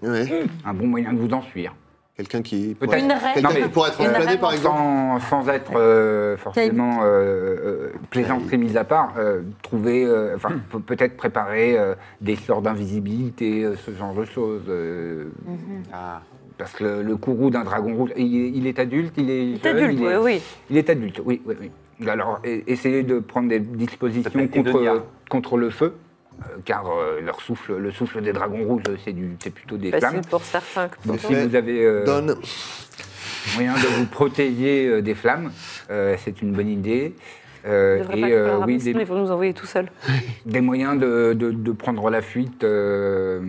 Speaker 2: Ouais.
Speaker 1: Un bon moyen de vous enfuir.
Speaker 2: Quelqu'un qui.
Speaker 1: Peut-être.
Speaker 2: pourrait-
Speaker 4: Une raie.
Speaker 2: Quelqu'un
Speaker 1: Non, mais-
Speaker 2: qui pourrait être transplané, par exemple.
Speaker 1: Sans, sans être euh, forcément euh, euh, plaisanterie mise à part, euh, trouver, euh, enfin pe-
Speaker 4: Hum.
Speaker 1: peut-être préparer euh, des sorts d'invisibilité, euh, ce genre de choses. euh,
Speaker 4: Hum.
Speaker 3: Ah.
Speaker 1: Parce que le, le courroux d'un dragon rouge, il est, il est adulte, il est.
Speaker 7: est adulte,
Speaker 1: il est,
Speaker 7: oui, oui.
Speaker 1: Il est adulte, oui, oui, oui. Alors, e- essayez de prendre des dispositions
Speaker 3: s'appelle Edonia.
Speaker 1: contre, contre le feu, euh, car euh, leur souffle, le souffle des dragons rouges, c'est du- c'est plutôt des flammes.
Speaker 7: Facile pour certains. que pour
Speaker 1: Donc, si
Speaker 2: Mais
Speaker 1: vous avez euh,
Speaker 2: Donne.
Speaker 1: moyen de vous protéger euh, des flammes, euh, c'est une bonne idée. Euh,
Speaker 7: On devrait
Speaker 1: et
Speaker 7: pas
Speaker 1: euh,
Speaker 7: faire
Speaker 1: oui,
Speaker 7: oui,
Speaker 1: des,
Speaker 7: mais ils vont nous envoyer tout seuls.
Speaker 1: des moyens de, de- de prendre la fuite euh,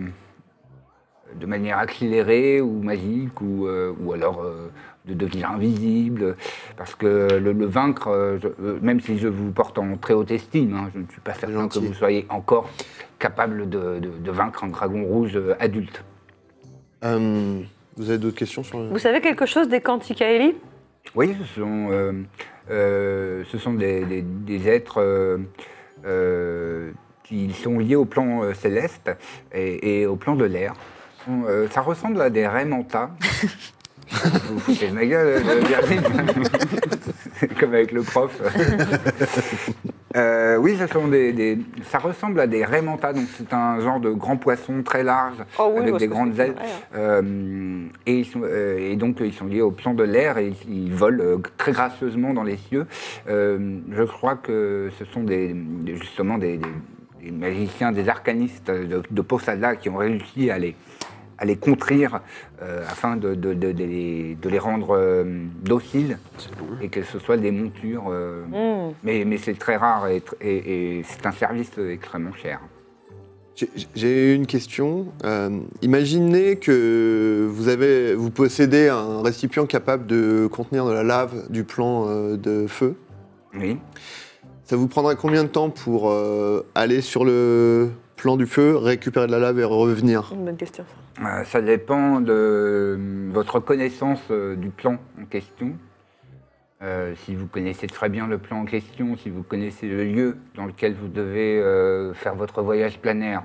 Speaker 1: de manière accélérée ou magique ou, euh, ou alors euh, de devenir invisible. Parce que le, le vaincre, euh, je- euh, même si je vous porte en très haute estime, hein, je ne suis pas certain que
Speaker 2: gentil.
Speaker 1: vous soyez encore capable de, de- de vaincre un dragon rouge euh, adulte.
Speaker 2: Euh, vous avez d'autres questions sur.
Speaker 7: Vous savez quelque chose des Canticaeli
Speaker 1: Oui, ce sont, euh, euh, ce sont des, des- des êtres euh, euh, qui sont liés au plan euh, céleste et, et au plan de l'air. Euh, ça ressemble à des raies manta. Vous vous foutez de ma gueule, euh, Virgile. Comme avec le prof. Euh, oui, ce sont des, des- ça ressemble à des raies manta, donc c'est un genre de grand poisson très large
Speaker 7: Oh oui,
Speaker 1: avec
Speaker 7: moi,
Speaker 1: des
Speaker 7: je pense que
Speaker 1: grandes
Speaker 7: c'est
Speaker 1: ailes.
Speaker 7: vrai, hein.
Speaker 1: Euh, et, ils sont- euh, et donc, euh, ils sont liés au plan de l'air et ils, ils volent euh, très gracieusement dans les cieux. Euh, je crois que ce sont des, des- justement des, des- des magiciens, des arcanistes de, de Posada qui ont réussi à les, à les contrir euh, afin de, de- de- de les, de les rendre euh, dociles et que ce soit des montures. euh, Mais, mais c'est très rare et, tr- et- et c'est un service euh, extrêmement cher.
Speaker 2: J'ai- J'ai une question. Euh, imaginez que vous, avez, vous possédez un récipient capable de contenir de la lave du plan euh, de feu.
Speaker 1: Oui.
Speaker 2: Ça vous prendrait combien de temps pour euh, aller sur le plan du feu, récupérer de la lave et revenir
Speaker 7: Une bonne question.
Speaker 1: Euh, ça dépend de euh, votre connaissance euh, du plan en question. Euh, si vous connaissez très bien le plan en question, si vous connaissez le lieu dans lequel vous devez euh, faire votre voyage planaire,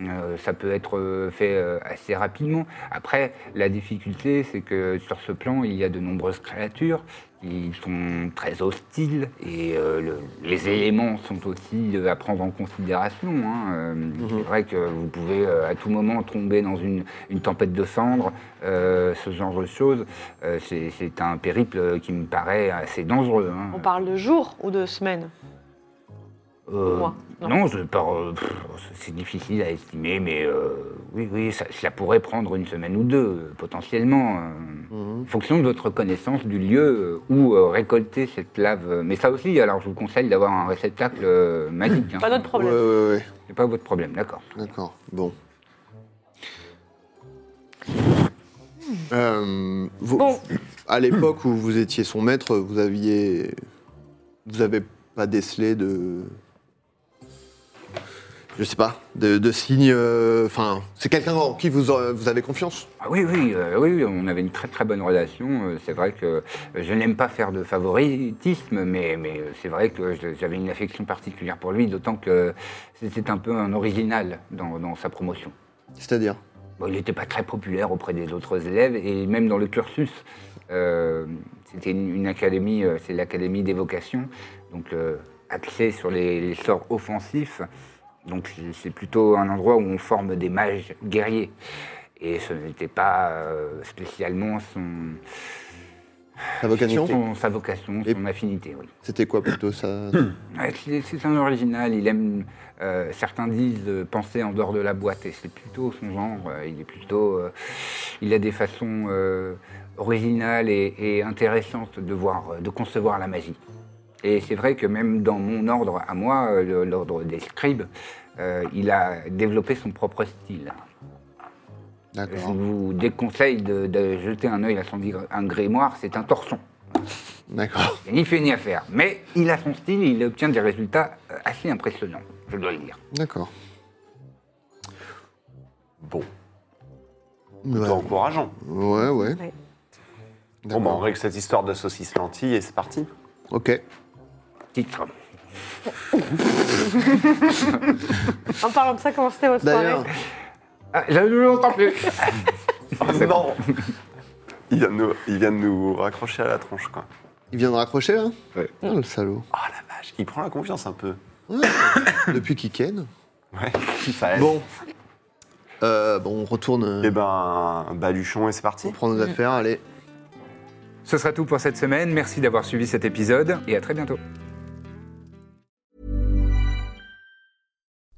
Speaker 1: euh, ça peut être euh, fait euh, assez rapidement. Après, la difficulté, c'est que sur ce plan, il y a de nombreuses créatures qui sont très hostiles et euh, le- les éléments sont aussi euh, à prendre en considération. hein. Euh, C'est vrai que vous pouvez euh, à tout moment tomber dans une, une tempête de cendres, euh, ce genre de choses. Euh, c'est- C'est un périple qui me paraît assez dangereux. hein.
Speaker 7: On parle de jours ou de semaines
Speaker 1: Euh,
Speaker 7: Moi, non.
Speaker 1: non, je par- euh, pff, c'est difficile à estimer, mais euh, oui, oui, ça, ça pourrait prendre une semaine ou deux, euh, potentiellement, euh, en fonction de votre connaissance du lieu euh, où euh, récolter cette lave. Mais ça aussi, alors je vous conseille d'avoir un réceptacle euh, magique. hein.
Speaker 7: Pas notre
Speaker 4: Oh
Speaker 2: Ouais,
Speaker 7: problème.
Speaker 2: ouais, ouais.
Speaker 1: C'est pas votre problème, d'accord.
Speaker 2: D'accord. Bon. Euh, vous-
Speaker 7: Bon.
Speaker 2: À l'époque où vous étiez son maître, vous aviez. Vous avez pas décelé de. Je sais pas, de, de signes. euh, Enfin, c'est quelqu'un en qui vous, aurez- vous avez confiance.
Speaker 1: Ah oui, oui, euh, oui, oui, on avait une très très bonne relation. Euh, C'est vrai que euh, je n'aime pas faire de favoritisme, mais, mais euh, c'est vrai que je- j'avais une affection particulière pour lui, d'autant que c'était un peu un original dans, dans sa promotion.
Speaker 2: C'est-à-dire.
Speaker 1: Bon, il n'était pas très populaire auprès des autres élèves, et même dans le cursus, euh, c'était une, une académie, euh, c'est l'académie des vocations, donc euh, axée sur les, les sorts offensifs. Donc c'est- c'est plutôt un endroit où on forme des mages guerriers. Et ce n'était pas euh, spécialement son,
Speaker 2: Sa vocation
Speaker 1: son- sa vocation,
Speaker 2: Et-
Speaker 1: son affinité. Oui.
Speaker 2: C'était quoi plutôt ça
Speaker 1: Ouais, C'est c'est un original, il aime, euh, certains disent, euh, penser en dehors de la boîte, et c'est plutôt son genre, euh, il est plutôt, euh, il a des façons euh, originales et, et intéressantes de, voir, euh, de concevoir la magie. Et c'est vrai que même dans mon ordre, à moi, euh, le- l'ordre des scribes, euh, il a développé son propre style. Je
Speaker 2: D'accord.
Speaker 1: vous déconseille de, de jeter un œil à son gr- un grimoire, c'est un torchon.
Speaker 2: D'accord.
Speaker 1: Il n'y fait ni affaire. Mais il a son style, il obtient des résultats euh, assez impressionnants, je dois le dire.
Speaker 2: D'accord.
Speaker 3: Bon,
Speaker 2: Ouais,
Speaker 3: plutôt encourageant.
Speaker 2: ouais. ouais.
Speaker 7: Ouais.
Speaker 3: Bon,
Speaker 2: D'accord.
Speaker 3: bah, on règle cette histoire de saucisse lentille et c'est parti.
Speaker 2: ok.
Speaker 1: Titre.
Speaker 7: En parlant de ça, comment c'était votre soirée
Speaker 2: D'ailleurs,
Speaker 1: Ah, je ne l'entends plus.
Speaker 2: Ah,
Speaker 3: non [laughs] il vient, de nous, il vient de nous raccrocher à la tronche, quoi.
Speaker 2: il vient de raccrocher là
Speaker 1: Ouais.
Speaker 2: Ah, le salaud.
Speaker 3: Oh la vache, il prend la confiance un peu.
Speaker 2: Depuis qu'il ken.
Speaker 3: Ouais, [laughs] ça aide.
Speaker 2: Bon. Euh, bon, on retourne euh,
Speaker 3: Eh ben, baluchon et c'est parti.
Speaker 2: on prend nos affaires, allez.
Speaker 1: Ce sera tout pour cette semaine. Merci d'avoir suivi cet épisode et à très bientôt.